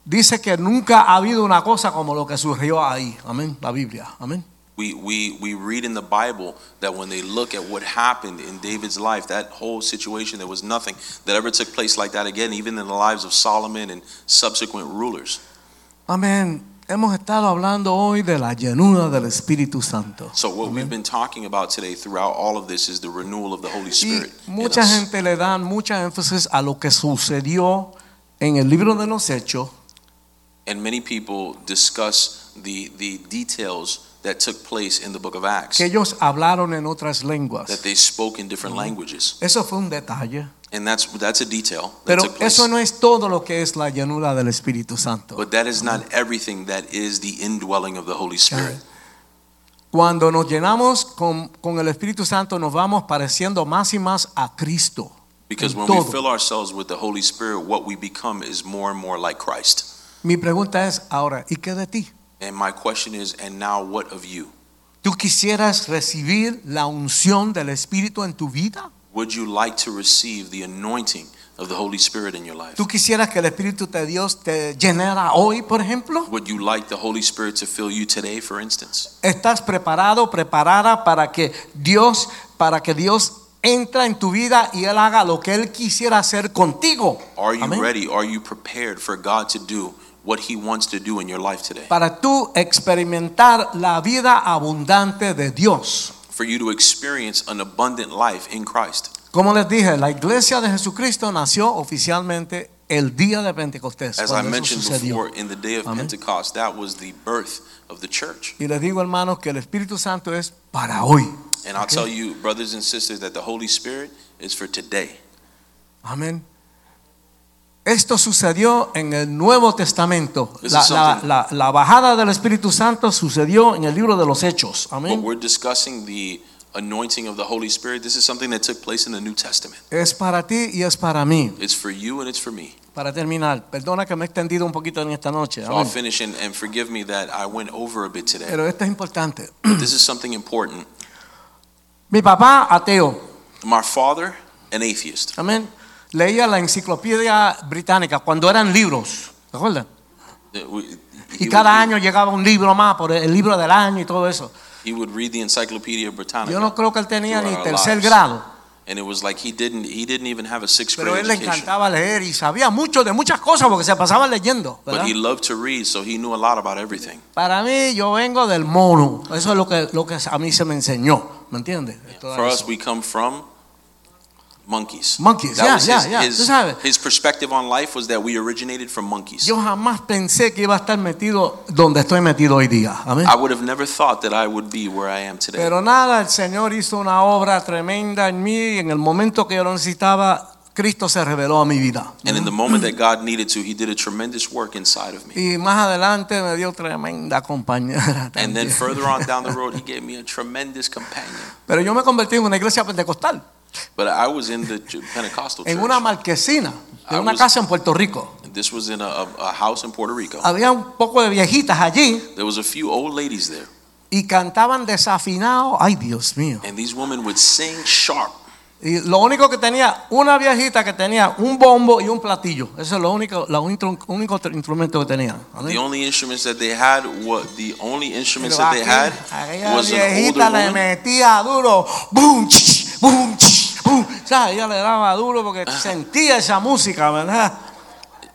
S2: dice que nunca ha habido una cosa como lo que surgió ahí. Amén. La Biblia. Amén.
S3: We, we, we read in the Bible that when they look at what happened in David's life, that whole situation, there was nothing that ever took place like that again, even in the lives of Solomon and subsequent rulers.
S2: Amén. Hemos estado hablando hoy de la llenura del Espíritu Santo.
S3: So, what we've been talking about today throughout all of this is the renewal of the
S2: Y
S3: Holy Spirit. in
S2: mucha
S3: us.
S2: gente le dan mucha énfasis a lo que sucedió en el libro de los Hechos,
S3: And many people discuss the, the details that took place in the book of Acts,
S2: que ellos hablaron en otras
S3: that
S2: lenguas.
S3: they spoke in different languages.
S2: Eso fue un detalle.
S3: And that's, that's a detail that
S2: Pero
S3: took place.
S2: eso no es todo lo que es la llenura del Espíritu Santo.
S3: But that is not everything that is the indwelling of the Holy Spirit.
S2: Cuando nos llenamos con, con el Espíritu Santo, nos vamos pareciendo más y más a Cristo.
S3: Because
S2: en
S3: when
S2: todo.
S3: we fill ourselves with the Holy Spirit, what we become is more and more like Christ.
S2: Mi pregunta es ahora, ¿y qué de ti?
S3: And my question is, and now what of you?
S2: ¿Tú quisieras recibir la unción del Espíritu en tu vida?
S3: Would you like to receive the anointing of the Holy Spirit in your life?
S2: ¿Tú quisieras que el Espíritu de Dios te llenara hoy, por ejemplo?
S3: Would you like the Holy Spirit to fill you today, for instance?
S2: ¿Estás preparado, preparada para que Dios, para que Dios entra en tu vida y Él haga lo que Él quisiera hacer contigo?
S3: Are you
S2: Amén.
S3: ready? Are you prepared for God to do what He wants to do in your life today?
S2: Para tú experimentar la vida abundante de Dios.
S3: For you to experience an abundant life in Christ.
S2: Como les dije, la iglesia de Jesucristo nació oficialmente el día de Pentecostés.
S3: As I
S2: cuando eso
S3: mentioned
S2: sucedió.
S3: before, in the day of
S2: Amén.
S3: Pentecost, that was the birth of the church.
S2: Y les digo, hermanos, que el Espíritu Santo es para hoy.
S3: And I'll
S2: Okay.
S3: tell you, brothers and sisters, that the Holy Spirit is for today.
S2: Amén. Esto sucedió en el Nuevo Testamento.
S3: This
S2: La,
S3: is
S2: la-
S3: something-
S2: la- la bajada del Espíritu Santo sucedió en el libro de los Hechos.
S3: But
S2: Amén.
S3: we're discussing the anointing of the Holy Spirit. This is something that took place in the New Testament.
S2: Es para ti y es para mí.
S3: It's for you and it's for me.
S2: Para terminar, perdona que me he extendido un poquito en esta noche.
S3: So I'll
S2: Amén.
S3: finish and, and forgive me that I went over a bit today.
S2: Pero esto es importante.
S3: But this is something important.
S2: Mi papá, ateo,
S3: My father, an atheist,
S2: amén, leía la enciclopedia británica cuando eran libros. ¿Te acuerdas?
S3: uh, we-
S2: Y
S3: he,
S2: cada
S3: would,
S2: año llegaba un libro más, por el libro del año y todo eso.
S3: he would read the Encyclopedia Britannica,
S2: Yo no creo que él tenía ni
S3: Throughout our
S2: tercer
S3: lives.
S2: grado.
S3: and it was like he didn't he didn't even have a sixth
S2: Pero a
S3: grade
S2: él le
S3: education.
S2: encantaba leer y sabía mucho de muchas cosas porque se pasaba leyendo. ¿verdad?
S3: But he loved to read, so he knew a lot about everything.
S2: Para mí, yo vengo del mono. Eso es lo que, lo que a mí se me enseñó. ¿Me entiendes? Todo
S3: For us,
S2: eso.
S3: we come from monkeys.
S2: Monkeys,
S3: That
S2: yeah,
S3: was
S2: yeah,
S3: his,
S2: yeah. Tú
S3: His,
S2: sabes.
S3: his perspective on life was that we originated from monkeys.
S2: yo jamás pensé que iba a estar metido donde estoy metido hoy día. Amén.
S3: I would have never thought that I would be where I am today.
S2: Pero nada, el Señor hizo una obra tremenda en mí y en el momento que yo lo necesitaba, Cristo se reveló a mi vida.
S3: and in the moment that God needed to, He did a tremendous work inside of me.
S2: Y más adelante me dio tremenda compañera.
S3: And
S2: también.
S3: then further on down the road, He gave me a tremendous companion.
S2: Pero yo me convertí en una iglesia pentecostal,
S3: But I was in the ch- Pentecostal
S2: en una
S3: church.
S2: marquesina,
S3: I
S2: en una
S3: was-
S2: casa en Puerto Rico.
S3: This was in a, a, a house in Puerto Rico.
S2: Había un poco de viejitas allí
S3: There was a few old ladies there,
S2: y cantaban desafinado. Ay, Dios mío.
S3: and these women would sing sharp.
S2: Y lo único que tenía, una viejita que tenía un bombo y un platillo. Eso es lo único, lo intru- único tr- instrumento que tenía.
S3: The
S2: ¿vale?
S3: only instruments that they had, what the only instruments
S2: Pero
S3: that they had
S2: aquel- aquella
S3: was an
S2: viejita
S3: older
S2: le
S3: woman.
S2: metía duro. Boom, ch, boom, ch, boom. O sea, ella le daba duro porque sentía esa música, ¿verdad?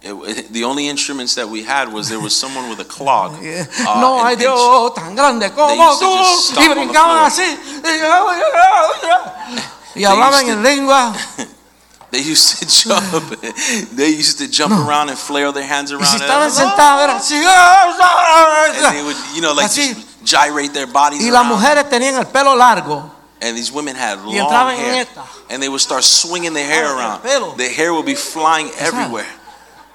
S3: It- the only instruments that we had was there was someone with a clog.
S2: Y,
S3: uh,
S2: no
S3: and-
S2: hay
S3: and
S2: Dios tan grande como
S3: used to just
S2: tú. Y
S3: stomp on the
S2: brincaban
S3: floor.
S2: así. Y, y hablaban en
S3: to-
S2: lengua.
S3: They used to jump. they used to jump around and flail their hands
S2: Y si
S3: around.
S2: estaban
S3: and,
S2: sentados, era así.
S3: and they would, you know, like
S2: Así.
S3: just gyrate their bodies.
S2: Y las
S3: around.
S2: mujeres tenían el pelo largo.
S3: And these women had
S2: Y entraban
S3: long
S2: en
S3: hair.
S2: esta. Ah,
S3: And they would start swinging their hair
S2: el
S3: around.
S2: pelo.
S3: The hair would be flying everywhere.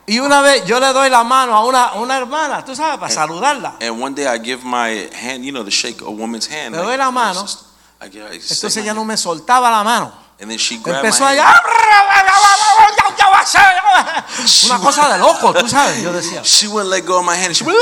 S2: Y una vez yo le doy la mano a una, a una hermana, tú sabes, para saludarla.
S3: And one day I give my hand, you know, to shake a woman's hand.
S2: Le doy la mano.
S3: I give- I say
S2: Entonces
S3: my
S2: ella no
S3: hand.
S2: me soltaba la mano.
S3: And then she grabbed
S2: Empezó "Ah,
S3: my hand.
S2: allá. Una cosa de loco, tú sabes. Yo decía.
S3: She wouldn't let go of my hand. She would,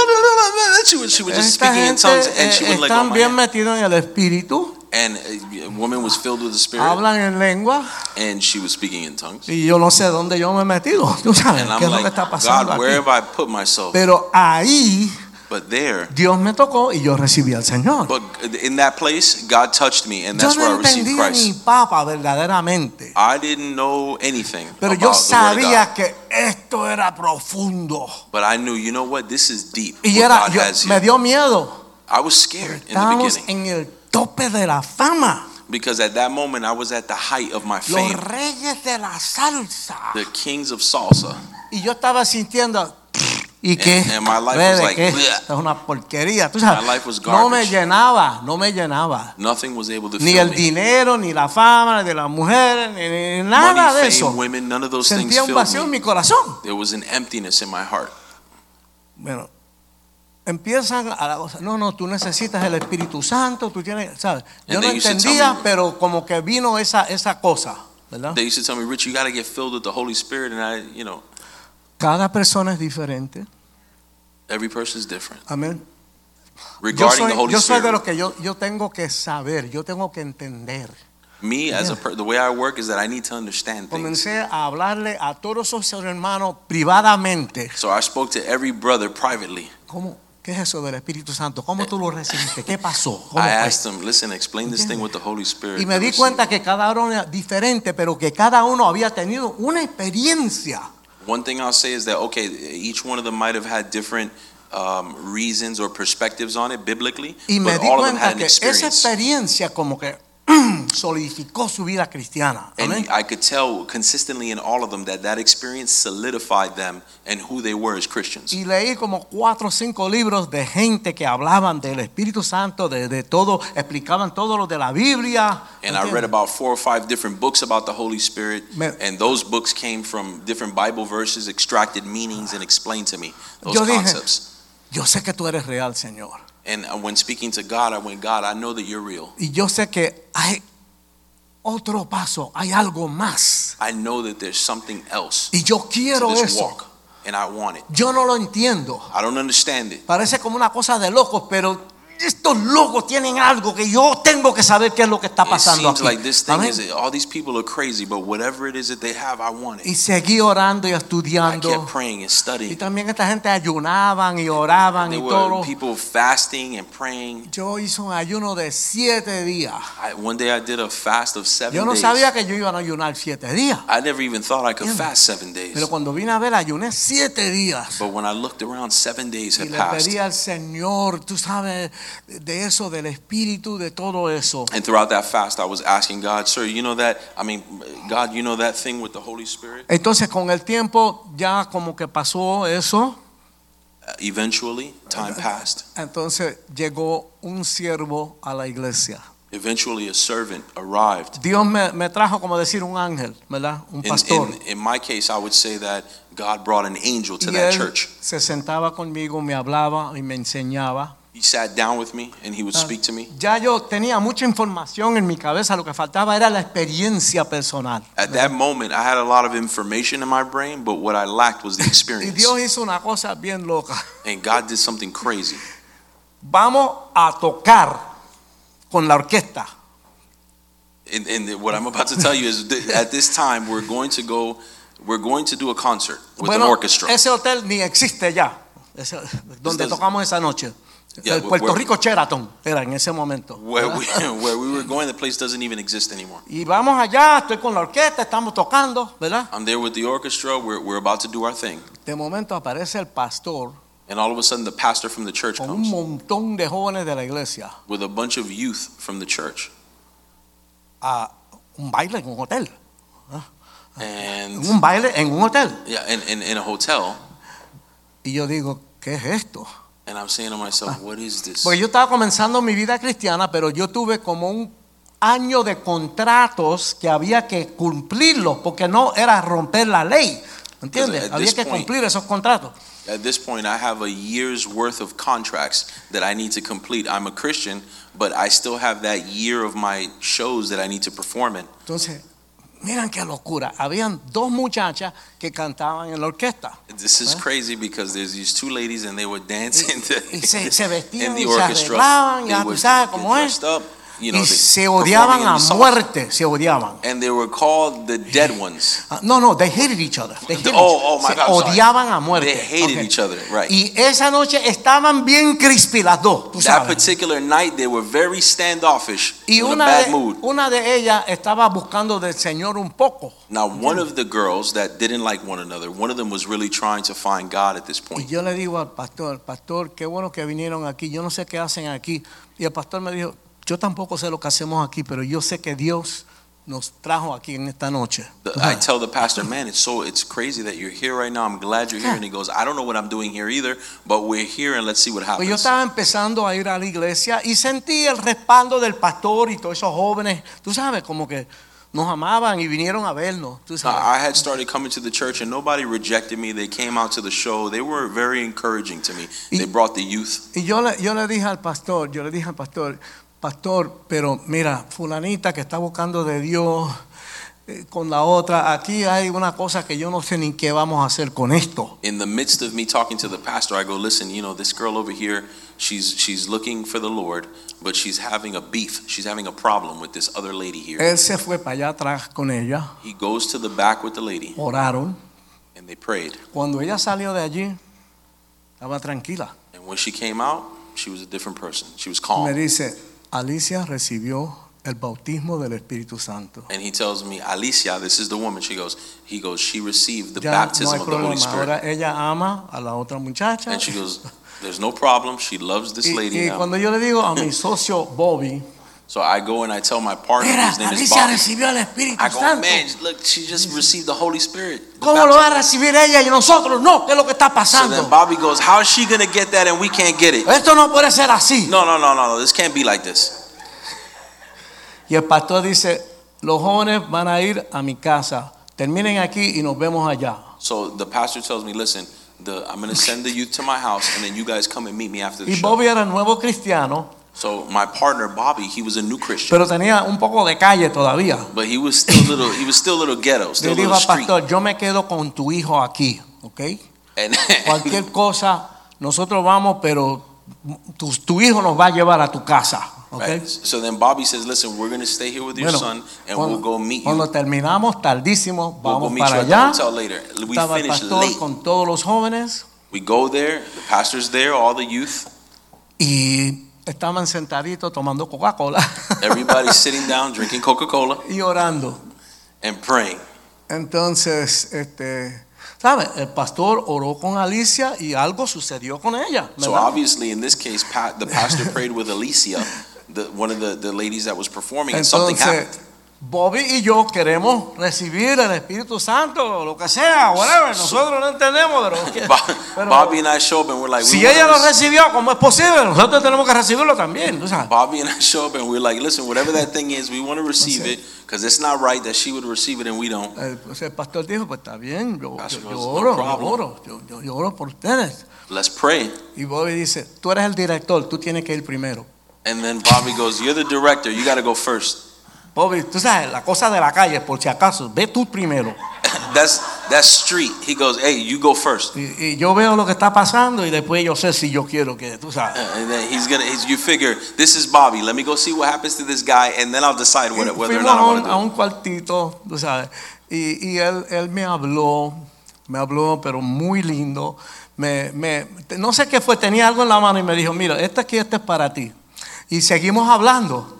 S3: she would, she would just
S2: Esta
S3: speaking in
S2: gente
S3: tongues and she
S2: eh,
S3: wouldn't let go of
S2: están
S3: my
S2: bien
S3: hand.
S2: metidos en el espíritu,
S3: And uh, a woman was filled with the spirit
S2: hablan en lengua
S3: and she was speaking in tongues.
S2: y yo no sé dónde yo me he metido, tú sabes,
S3: And
S2: qué es
S3: I'm
S2: lo que
S3: like,
S2: está pasando
S3: God, where
S2: aquí.
S3: have I put myself?
S2: Pero ahí
S3: But there,
S2: Dios me tocó y yo recibí al Señor.
S3: but in that place, God touched me and
S2: Yo
S3: that's where I
S2: no
S3: received
S2: entendía ni
S3: Christ.
S2: papa verdaderamente,
S3: I didn't know anything
S2: pero
S3: about
S2: yo
S3: the Word of God.
S2: sabía que esto era profundo
S3: But I knew, you know what? This is deep. What
S2: y era
S3: God
S2: yo-
S3: has
S2: me
S3: here.
S2: dio miedo.
S3: I was scared in the
S2: Estábamos
S3: beginning
S2: en el tope de la fama,
S3: because at that moment I was at the height of my
S2: los
S3: fame,
S2: reyes de la salsa.
S3: the kings of salsa.
S2: Y yo estaba sintiendo y qué,
S3: and my life
S2: ¿Ve
S3: was
S2: de
S3: like,
S2: qué?
S3: "Bleh".
S2: Esto es una porquería, tú sabes.
S3: My life was
S2: no me
S3: garbage.
S2: llenaba, no me llenaba.
S3: Nothing was able to
S2: Ni
S3: fill
S2: el
S3: me.
S2: dinero, ni la fama, ni de las mujeres, ni, ni- ni
S3: Money,
S2: nada de
S3: fame,
S2: eso.
S3: women, none of those things
S2: Sentía un
S3: filled
S2: vacío
S3: me.
S2: en mi corazón.
S3: There was an emptiness in my heart.
S2: Bueno, empiezan a la cosa, no, no, tú necesitas el Espíritu Santo, tú tienes, ¿sabes? Yo
S3: And
S2: no
S3: they used to tell
S2: entendía,
S3: me-
S2: pero como que vino esa, esa cosa, ¿verdad?
S3: They used to tell me, Rich, you got to get filled with the Holy Spirit. And I, you know,
S2: Cada persona es diferente.
S3: every person's different.
S2: Amén. Yo
S3: Regarding
S2: soy,
S3: the Holy
S2: yo soy
S3: Spirit,
S2: de los que yo, yo tengo que saber, yo tengo que entender.
S3: me as a per- the way I work is that I need to understand things.
S2: Comencé a hablarle a todos esos hermanos privadamente.
S3: So I spoke to every brother privately.
S2: ¿Cómo? ¿Qué es eso del Espíritu Santo? ¿Cómo tú lo recibiste? ¿Qué pasó? ¿Cómo
S3: I
S2: fue?
S3: asked them, listen, explain this thing with the Holy Spirit.
S2: Y me
S3: that
S2: di
S3: was
S2: cuenta
S3: seen."
S2: que cada uno era diferente, pero que cada uno había tenido una experiencia.
S3: One thing I'll say is that, okay, each one of them might have had different um, reasons or perspectives on it biblically,
S2: Y me
S3: but
S2: di
S3: all of them
S2: cuenta
S3: had an
S2: que esa
S3: experience.
S2: experiencia como que solidificó su vida cristiana.
S3: And
S2: Amén.
S3: I could tell consistently in all of them that that experience solidified them and who they were as Christians.
S2: Y leí como cuatro o cinco libros de gente que hablaban del Espíritu Santo, de, de todo, explicaban todo lo de la Biblia.
S3: And I
S2: ¿entiendes?
S3: read about four or five different books about the Holy Spirit,
S2: Me-
S3: and those books came from different Bible verses, extracted meanings, and explained to me those
S2: Yo dije-
S3: concepts.
S2: Yo sé que tú eres real, Señor.
S3: And uh, when speaking to God, I went, God, I know that you're real.
S2: Y yo sé que hay otro paso, hay algo más.
S3: I know that there's something else
S2: Y yo
S3: to
S2: quiero
S3: this
S2: eso.
S3: walk, and I want it.
S2: Yo no lo entiendo.
S3: I don't understand it.
S2: Parece como una cosa de locos, pero estos locos tienen algo que yo tengo que saber qué es lo que está
S3: It
S2: pasando
S3: seems
S2: aquí.
S3: like this thing
S2: Amén.
S3: is all these people are crazy, but whatever it is that they have, I want
S2: Y
S3: it.
S2: seguí orando y
S3: I kept
S2: estudiando.
S3: praying and
S2: Y
S3: studying.
S2: también esta gente ayunaban y oraban
S3: There
S2: y
S3: were
S2: todo.
S3: people fasting and praying.
S2: Yo hice un ayuno de siete días.
S3: I, one day I did a fast of seven
S2: Yo no
S3: days.
S2: sabía que yo iba a ayunar siete días.
S3: I never even thought I could
S2: Entiendo.
S3: fast seven days.
S2: Pero cuando vine a ver, ayuné siete días.
S3: But when I looked around, seven days
S2: Y
S3: had
S2: le
S3: passed.
S2: pedí al Señor, tú sabes, de eso, del espíritu, de todo eso.
S3: And throughout that fast, I was asking God, Sir, you know that? I mean, God, you know that thing with the Holy Spirit?
S2: Entonces con el tiempo ya como que pasó eso.
S3: Uh, Eventually, time passed.
S2: Entonces llegó un siervo a la iglesia.
S3: Eventually, a servant arrived.
S2: Dios me, me trajo como decir un ángel, ¿verdad? Un
S3: In,
S2: pastor.
S3: in, in my case, I would say that God brought an angel to
S2: Y
S3: that
S2: él
S3: church.
S2: se sentaba conmigo, me hablaba y me enseñaba.
S3: He sat down with me and he would
S2: Ah.
S3: speak to me.
S2: Ya yo tenía mucha información en mi cabeza, lo que faltaba era la experiencia personal.
S3: At that moment, I had a lot of information in my brain, but what I lacked was the
S2: Y
S3: experience.
S2: Dios hizo una cosa bien loca.
S3: And God did something crazy.
S2: Vamos a tocar con la orquesta.
S3: And, and what I'm about to tell you is th- at this time, we're going to go, we're going to do a concert with an
S2: Bueno,
S3: orchestra.
S2: ese hotel ni existe ya, Ese- donde
S3: doesn't-
S2: tocamos esa noche.
S3: Yeah,
S2: el
S3: but
S2: Puerto
S3: where-
S2: Rico Sheraton era en ese momento.
S3: Where
S2: ¿verdad?
S3: we, where we were going, the place doesn't even exist anymore.
S2: Y vamos allá, estoy con la orquesta, estamos tocando, ¿verdad?
S3: I'm there with the orchestra. We're, we're about to do our thing.
S2: De momento aparece el pastor
S3: And all of a sudden, the pastor from the church
S2: con un
S3: comes
S2: montón de jóvenes de la iglesia
S3: with a bunch of youth from the church.
S2: a un baile en un hotel.
S3: And
S2: Ah. Un baile en un hotel.
S3: Yeah, and in, in a hotel,
S2: Y yo digo, ¿qué es esto? Ah.
S3: and I'm saying to myself, what is this?
S2: Porque yo estaba comenzando mi vida cristiana, pero yo tuve como un años de contratos que había que cumplirlos, porque no era romper la ley. ¿Entiendes?
S3: At
S2: Había
S3: this
S2: que
S3: point-
S2: cumplir esos contratos.
S3: At this point, I have a year's worth of contracts that I need to complete. I'm a Christian, but I still have that year of my shows that I need to perform in.
S2: Entonces, miren qué locura. Habían dos muchachas que cantaban en la orquesta.
S3: This is
S2: Huh?
S3: crazy because there's these two ladies and they were dancing
S2: Y se, se vestían
S3: in
S2: y
S3: the
S2: se
S3: orchestra.
S2: arreglaban,
S3: They
S2: ya tú
S3: would
S2: sabes
S3: get
S2: cómo es.
S3: dressed up, you know,
S2: y
S3: they-
S2: se
S3: performing
S2: odiaban
S3: in
S2: a
S3: the songs.
S2: muerte, se odiaban.
S3: And they were called the dead ones.
S2: Ah, No, no, they hated each other. They hated
S3: Oh, oh
S2: each-
S3: my
S2: se
S3: God, I'm sorry.
S2: odiaban a muerte.
S3: They hated
S2: Ok.
S3: each other, right.
S2: Y esa noche estaban bien crispy las dos, tú
S3: That
S2: sabes.
S3: particular night, they were very standoffish,
S2: Y
S3: in a
S2: una
S3: bad
S2: de,
S3: mood.
S2: una de ellas estaba buscando del Señor un poco.
S3: Now, one of the girls that didn't like one another, one of them was really trying to find God at this
S2: Y
S3: point.
S2: yo le digo al pastor, pastor, qué bueno que vinieron aquí, yo no sé qué hacen aquí. Y el pastor me dijo, yo tampoco sé lo que hacemos aquí, pero yo sé que Dios nos trajo aquí en esta noche.
S3: The-
S2: Tú
S3: I
S2: sabes.
S3: tell the pastor, man, it's so it's crazy that you're here right now. I'm glad you're here. And he goes, I don't know what I'm doing here either, but we're here and let's see what
S2: Pues yo
S3: happens.
S2: estaba empezando a ir a la iglesia y sentí el respaldo del pastor y todos esos jóvenes, tú sabes, como que nos amaban y vinieron a vernos, tú
S3: Now,
S2: sabes.
S3: I had started coming to the church and nobody rejected me. They came out to the show. They were very encouraging to me. They brought the youth.
S2: Y yo le, yo le dije al pastor, yo le dije al pastor, pastor, pero mira, fulanita que está buscando de Dios eh, con la otra, aquí hay una cosa que yo no sé ni qué vamos a hacer con esto.
S3: In the midst of me talking to the pastor, I go, listen, you know, this girl over here, she's she's looking for the Lord, but she's having a beef. She's having a problem with this other lady here.
S2: Él se fue para allá atrás con ella,
S3: He goes to the back with the lady
S2: oraron.
S3: and they prayed.
S2: Cuando ella salió de allí, estaba tranquila.
S3: And when she came out, she was a different person. She was
S2: Me
S3: calm.
S2: dice, Alicia recibió el bautismo del Espíritu Santo.
S3: And he tells me, Alicia, this is the woman. She goes, he goes, she received the
S2: Ya no
S3: baptism
S2: hay
S3: of the Holy
S2: problema.
S3: Spirit.
S2: Ahora ella ama a la otra muchacha.
S3: And she goes, there's no problem. She loves this
S2: Y-
S3: lady
S2: y
S3: now.
S2: cuando yo le digo a mi socio Bobby,
S3: So I go and I tell my partner,
S2: Mira,
S3: his name is
S2: Alicia
S3: Bobby.
S2: recibió el Espíritu
S3: I go,
S2: Santo.
S3: man, look, she just received the Holy Spirit. the
S2: ¿Cómo lo va a
S3: baptism."
S2: recibir ella y nosotros no? ¿Qué es lo que está
S3: So then
S2: pasando?
S3: Bobby goes, how is she going to get that and we can't get it?
S2: Esto no puede ser así.
S3: No, no, no, no, no. This can't be like this.
S2: Y el pastor dice, los jóvenes van a ir a mi casa. Terminen aquí y nos vemos allá.
S3: So the pastor tells me, listen, the, I'm going to send the youth to my house and then you guys come and meet me after the
S2: Y
S3: show.
S2: Bobby era nuevo cristiano,
S3: So my partner Bobby, he was a new Christian,
S2: pero tenía un poco de calle todavía.
S3: but he was still little. He was still little ghetto,
S2: Le
S3: still
S2: dijo
S3: little
S2: al
S3: street.
S2: pastor, yo me quedo con tu hijo aquí, ¿ok?
S3: And
S2: Cualquier cosa, nosotros vamos, pero tu, tu hijo nos va a llevar a tu casa, ¿ok?
S3: Right. so then Bobby says, "Listen, we're going to stay here with your
S2: Bueno,
S3: son, and
S2: cuando,
S3: we'll go meet you.
S2: cuando terminamos tardísimo,
S3: We'll go
S2: vamos
S3: meet you
S2: para
S3: at the
S2: allá.
S3: hotel later. We
S2: Estaba el
S3: finish
S2: pastor
S3: late.
S2: con todos los jóvenes
S3: We go there. The pastor's there. All the youth.
S2: y estaban sentaditos tomando Coca-Cola
S3: Everybody's sitting down, drinking Coca-Cola,
S2: y orando.
S3: and praying.
S2: Entonces, este, ¿sabes? El pastor oró con Alicia y algo sucedió con ella.
S3: So
S2: ¿verdad?
S3: obviously, in this case, pa- the pastor prayed with Alicia, the, one of the, the ladies that was performing, and something happened.
S2: Entonces, Bobby y yo queremos recibir el Espíritu Santo, lo que sea, whatever.
S3: So-
S2: Nosotros no entendemos, pero,
S3: Bob-
S2: pero
S3: Bobby and I show up, and we're like, we
S2: si
S3: wanna
S2: ella lo
S3: rec-
S2: recibió, ¿cómo es posible? Nosotros tenemos que recibirlo también, tú sabes.
S3: Bobby and I show up and we're like, listen, whatever that thing is, we want to receive it because it's not right that she would receive it and we don't.
S2: Eh, pues el pastor dijo, pues está bien, yo, yo,
S3: Pastor
S2: yo
S3: goes, "No
S2: oro, yo
S3: problem."
S2: oro, yo, yo- yo oro por ustedes.
S3: Let's pray.
S2: Y Bobby dice, tú eres el director, tú tienes que ir primero.
S3: And then Bobby goes, you're the director, you got to go first.
S2: Bobby, tú sabes, la cosa de la calle, por si acaso, ve tú primero.
S3: That's that's street. He goes, hey, you go first.
S2: Y, y yo veo lo que está pasando y después yo sé si yo quiero que, tú sabes.
S3: Uh, And then he's gonna. He's, you figure this is Bobby. Let me go see what happens to this guy, and then I'll decide
S2: Y
S3: whether, whether or
S2: Fuimos
S3: not
S2: a un,
S3: I want to
S2: a
S3: do. it.
S2: un cuartito, tú sabes, y, y él, él me habló, me habló, pero muy lindo. Me, me- te- no sé qué fue, tenía algo en la mano y me dijo, mira, esta aquí, esta es para ti. Y seguimos hablando.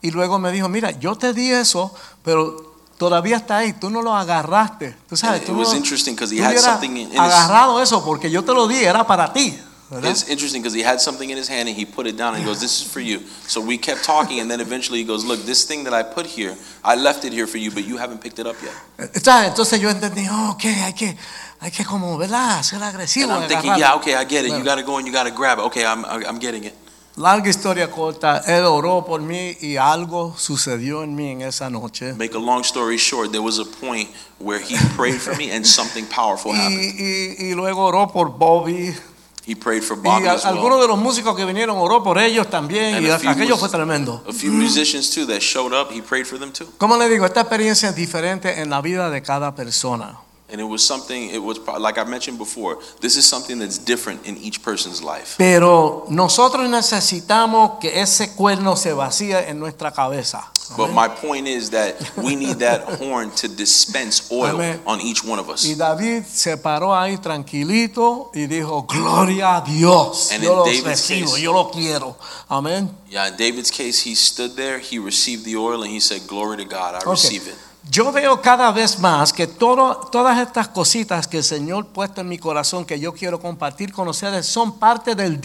S2: Y luego me dijo, mira, yo te di eso, pero todavía está ahí, tú no lo agarraste. Tú sabes,
S3: And
S2: tú
S3: it was
S2: no-
S3: interesting 'cause he
S2: tú
S3: had
S2: hubieras
S3: something in his-
S2: agarrado eso porque yo te lo di, era para ti. ¿verdad?
S3: It's interesting because he had something in his hand and he put it down and he goes, "This is for you." So we kept talking, and then eventually he goes, "Look, this thing that I put here, I left it here for you, but you haven't picked it up yet."
S2: Eh, ¿Sabes? Entonces yo entendí, oh, ok, hay que, hay que como, ¿verdad? Ser agresivo.
S3: And I'm thinking,
S2: agarrar.
S3: yeah, okay, I get it. You
S2: Bueno.
S3: got to go and you got to grab it. Okay, I'm, I'm getting it.
S2: Larga historia corta, él oró por mí y algo sucedió en mí en esa noche.
S3: Make a long story short, there was a point where he prayed for me and something powerful
S2: Y,
S3: happened.
S2: y- y luego oró por Bobby.
S3: He prayed for
S2: Y
S3: Bobby
S2: a-
S3: as
S2: algunos
S3: well.
S2: de los músicos que vinieron oró por ellos también.
S3: And
S2: Y
S3: a few
S2: aquello
S3: mus-
S2: fue tremendo.
S3: A few musicians too that showed up, he prayed for them too.
S2: Como le digo, esta experiencia es diferente en la vida de cada persona.
S3: And it was something, it was pro- like I mentioned before, this is something that's different in each person's life.
S2: Pero nosotros necesitamos que ese cuerno se vacíe en nuestra cabeza.
S3: But my point is that we need that horn to dispense oil
S2: Amen.
S3: on each one of
S2: Y
S3: us.
S2: David se paró ahí tranquilito y dijo, gloria a Dios.
S3: And
S2: Yo
S3: in
S2: lo
S3: David's
S2: recibo,
S3: case-
S2: yo lo quiero. Amén.
S3: Yeah, in David's case, he stood there, he received the oil, and he said, Glory to God, I
S2: Okay.
S3: receive it.
S2: Yo veo cada vez más que todo- todas estas cositas que el Señor ha puesto en mi corazón que yo quiero compartir con ustedes son parte del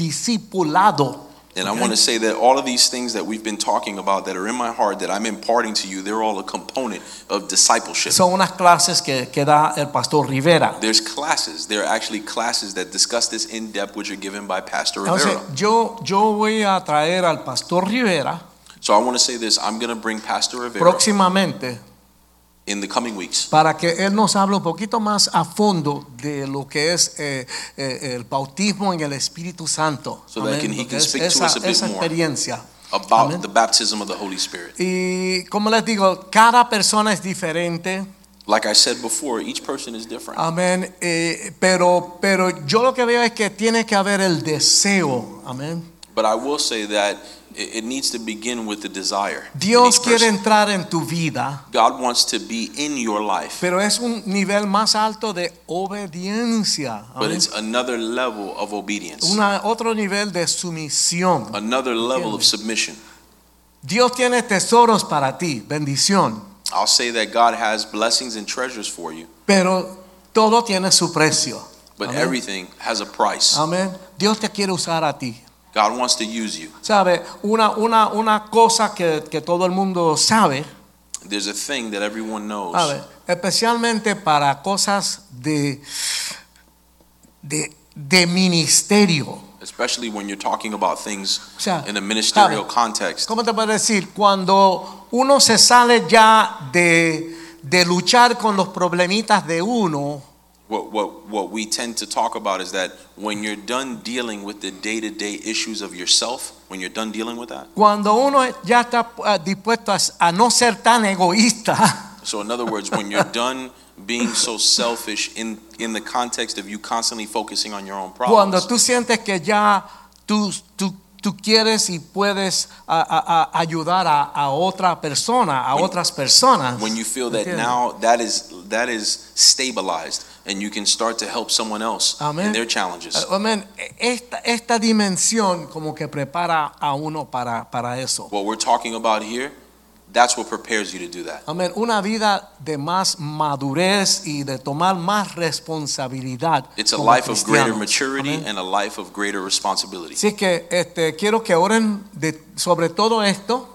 S2: discipulado.
S3: And I
S2: Okay.
S3: want to say that all of these things that we've been talking about that are in my heart that I'm imparting to you, they're all a component of discipleship.
S2: Son unas clases que, que da el pastor Rivera.
S3: There's classes. There are actually classes that discuss this in depth, which are given by Pastor
S2: Entonces,
S3: Rivera.
S2: yo, yo voy a traer al pastor Rivera
S3: So I want to say this I'm going to bring Pastor Rivera
S2: próximamente
S3: in the coming weeks
S2: para que él nos hable un poquito más a fondo de lo que es eh, eh, el bautismo en el Espíritu Santo.
S3: So that can- he
S2: Lo que
S3: can
S2: es
S3: speak to
S2: esa,
S3: us a bit
S2: esa
S3: more.
S2: experiencia.
S3: about
S2: Amen.
S3: the baptism of the Holy Spirit.
S2: Y como les digo, cada persona es diferente,
S3: Like I said before, each person is
S2: Uh,
S3: different.
S2: amén. eh, pero, pero yo lo que veo es que tiene que haber el deseo, amén.
S3: But I will say that it, it needs to begin with the desire. in
S2: Dios
S3: each
S2: quiere
S3: person.
S2: entrar en tu vida,
S3: God wants to be in your life,
S2: pero es un nivel más alto de obediencia,
S3: but
S2: amén.
S3: it's another level of obedience,
S2: Una- otro nivel de sumisión.
S3: another level of submission.
S2: Dios tiene tesoros para ti, bendición,
S3: I'll say that God has blessings and treasures for you,
S2: pero todo tiene su precio.
S3: but
S2: Amen.
S3: everything has a price.
S2: Amén. Dios te quiere usar a ti.
S3: God wants to use you.
S2: Sabe, una, una, una cosa que, que todo el mundo sabe,
S3: There's a thing that everyone knows.
S2: sabe, especialmente para cosas de, de, de ministerio.
S3: especially when you're talking about things
S2: O sea,
S3: in a ministerial
S2: sabe,
S3: context.
S2: ¿Cómo te puedo decir? Cuando uno se sale ya de, de luchar con los problemitas de uno,
S3: What, what, what we tend to talk about is that when you're done dealing with the day to day issues of yourself, when you're done dealing with that,
S2: Cuando uno ya está eh, dispuesto a, a no ser tan egoísta,
S3: so in other words, when you're done being so selfish in, in the context of you constantly focusing on your own
S2: cuando
S3: problems,
S2: tú sientes que ya tú, tú, tú quieres y puedes a- a- a ayudar a, a otra persona, a
S3: When-
S2: otras personas.
S3: when you feel that
S2: ¿entiendes?
S3: now that is, that is stabilized and you can start to help someone else
S2: Amen.
S3: in their challenges.
S2: Eh, amén. Esta, esta dimensión como que prepara a uno para, para eso.
S3: What we're talking about here, that's what prepares you to do that.
S2: Amén. Una vida de más madurez y de tomar más responsabilidad.
S3: It's a
S2: como
S3: life of greater
S2: cristianos.
S3: maturity
S2: Amén.
S3: and a life of greater responsibility.
S2: Así que este, quiero que oren de- sobre todo esto.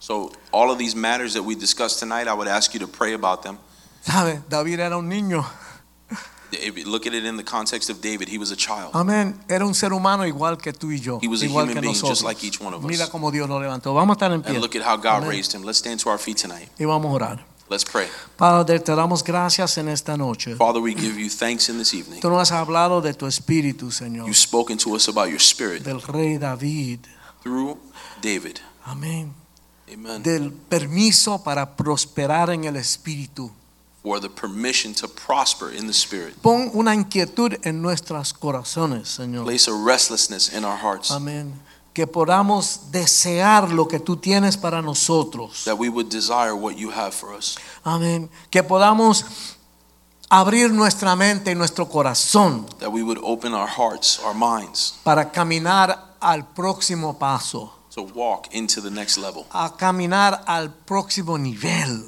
S3: So all of these matters that we discussed tonight, I would ask you to pray about them.
S2: ¿Sabe? David era un niño.
S3: If you Look at it in the context of David. He was a child.
S2: Amén. Era un ser humano igual que tú y yo.
S3: He was a
S2: igual
S3: human
S2: que
S3: being just
S2: nosotros.
S3: like each one of us.
S2: Mira cómo Dios lo levantó. Vamos a estar en
S3: And
S2: pie
S3: look at how God
S2: Oh, Amen.
S3: raised him. Let's stand to our feet tonight.
S2: y vamos a orar.
S3: Let's pray.
S2: Padre, te damos gracias en esta noche.
S3: Father, we give you thanks in this evening.
S2: Tú nos has hablado de tu espíritu, Señor.
S3: You've spoken to us about your spirit
S2: Del rey David.
S3: through David.
S2: Amén.
S3: Amen.
S2: Del permiso para prosperar en el espíritu.
S3: For the permission to prosper in the spirit.
S2: Pon una inquietud en nuestros corazones, Señor.
S3: Place a restlessness in our hearts.
S2: Amén. Que podamos desear lo que tú tienes para nosotros.
S3: That we would desire what you have for us.
S2: Amén. Que podamos abrir nuestra mente y nuestro corazón
S3: That we would open our hearts, our minds,
S2: para caminar al próximo paso,
S3: to walk into the next level,
S2: a caminar al próximo nivel,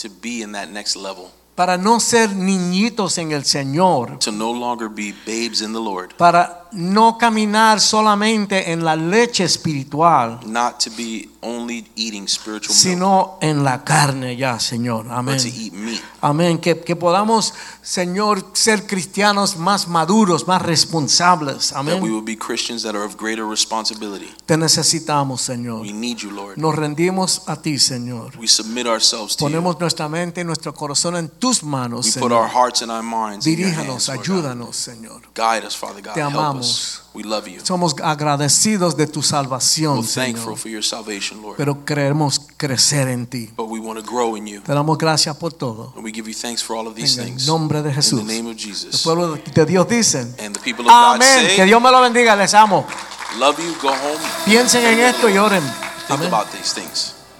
S3: to be in that next level.
S2: para no ser niñitos en el Señor,
S3: to no longer be babes in the Lord,
S2: para no caminar solamente en la leche espiritual,
S3: not to be only eating spiritual milk,
S2: sino en la carne ya, Señor.
S3: but
S2: Amén.
S3: to eat meat.
S2: Amén. Que, que podamos, Señor, ser cristianos más maduros, más responsables.
S3: that we
S2: Amén.
S3: will be Christians that are of greater responsibility.
S2: Te necesitamos, Señor.
S3: We need you, Lord.
S2: Nos rendimos a ti, Señor.
S3: We submit ourselves to you.
S2: Ponemos nuestra mente y nuestro corazón en tus manos,
S3: We put our
S2: Señor.
S3: hearts and our minds in your hands,
S2: Diríjanos,
S3: Lord God.
S2: ayúdanos, Señor.
S3: Guide us, Father God.
S2: Te
S3: Help us. We love you.
S2: Somos agradecidos de tu
S3: We're
S2: salvación,
S3: thankful
S2: Señor.
S3: for your salvation, Lord.
S2: Pero queremos crecer en ti.
S3: But we want to grow in you.
S2: Te damos gracias por todo.
S3: And we give you thanks for all of these
S2: En el
S3: things.
S2: nombre de
S3: In the
S2: Jesús.
S3: name
S2: El
S3: of Jesus.
S2: pueblo de Dios dicen.
S3: And the people of God
S2: Amén. Que
S3: say,
S2: Dios me lo bendiga. Les amo.
S3: love you, go home.
S2: Piensen en esto y oren.
S3: Think
S2: Amén.
S3: about these things.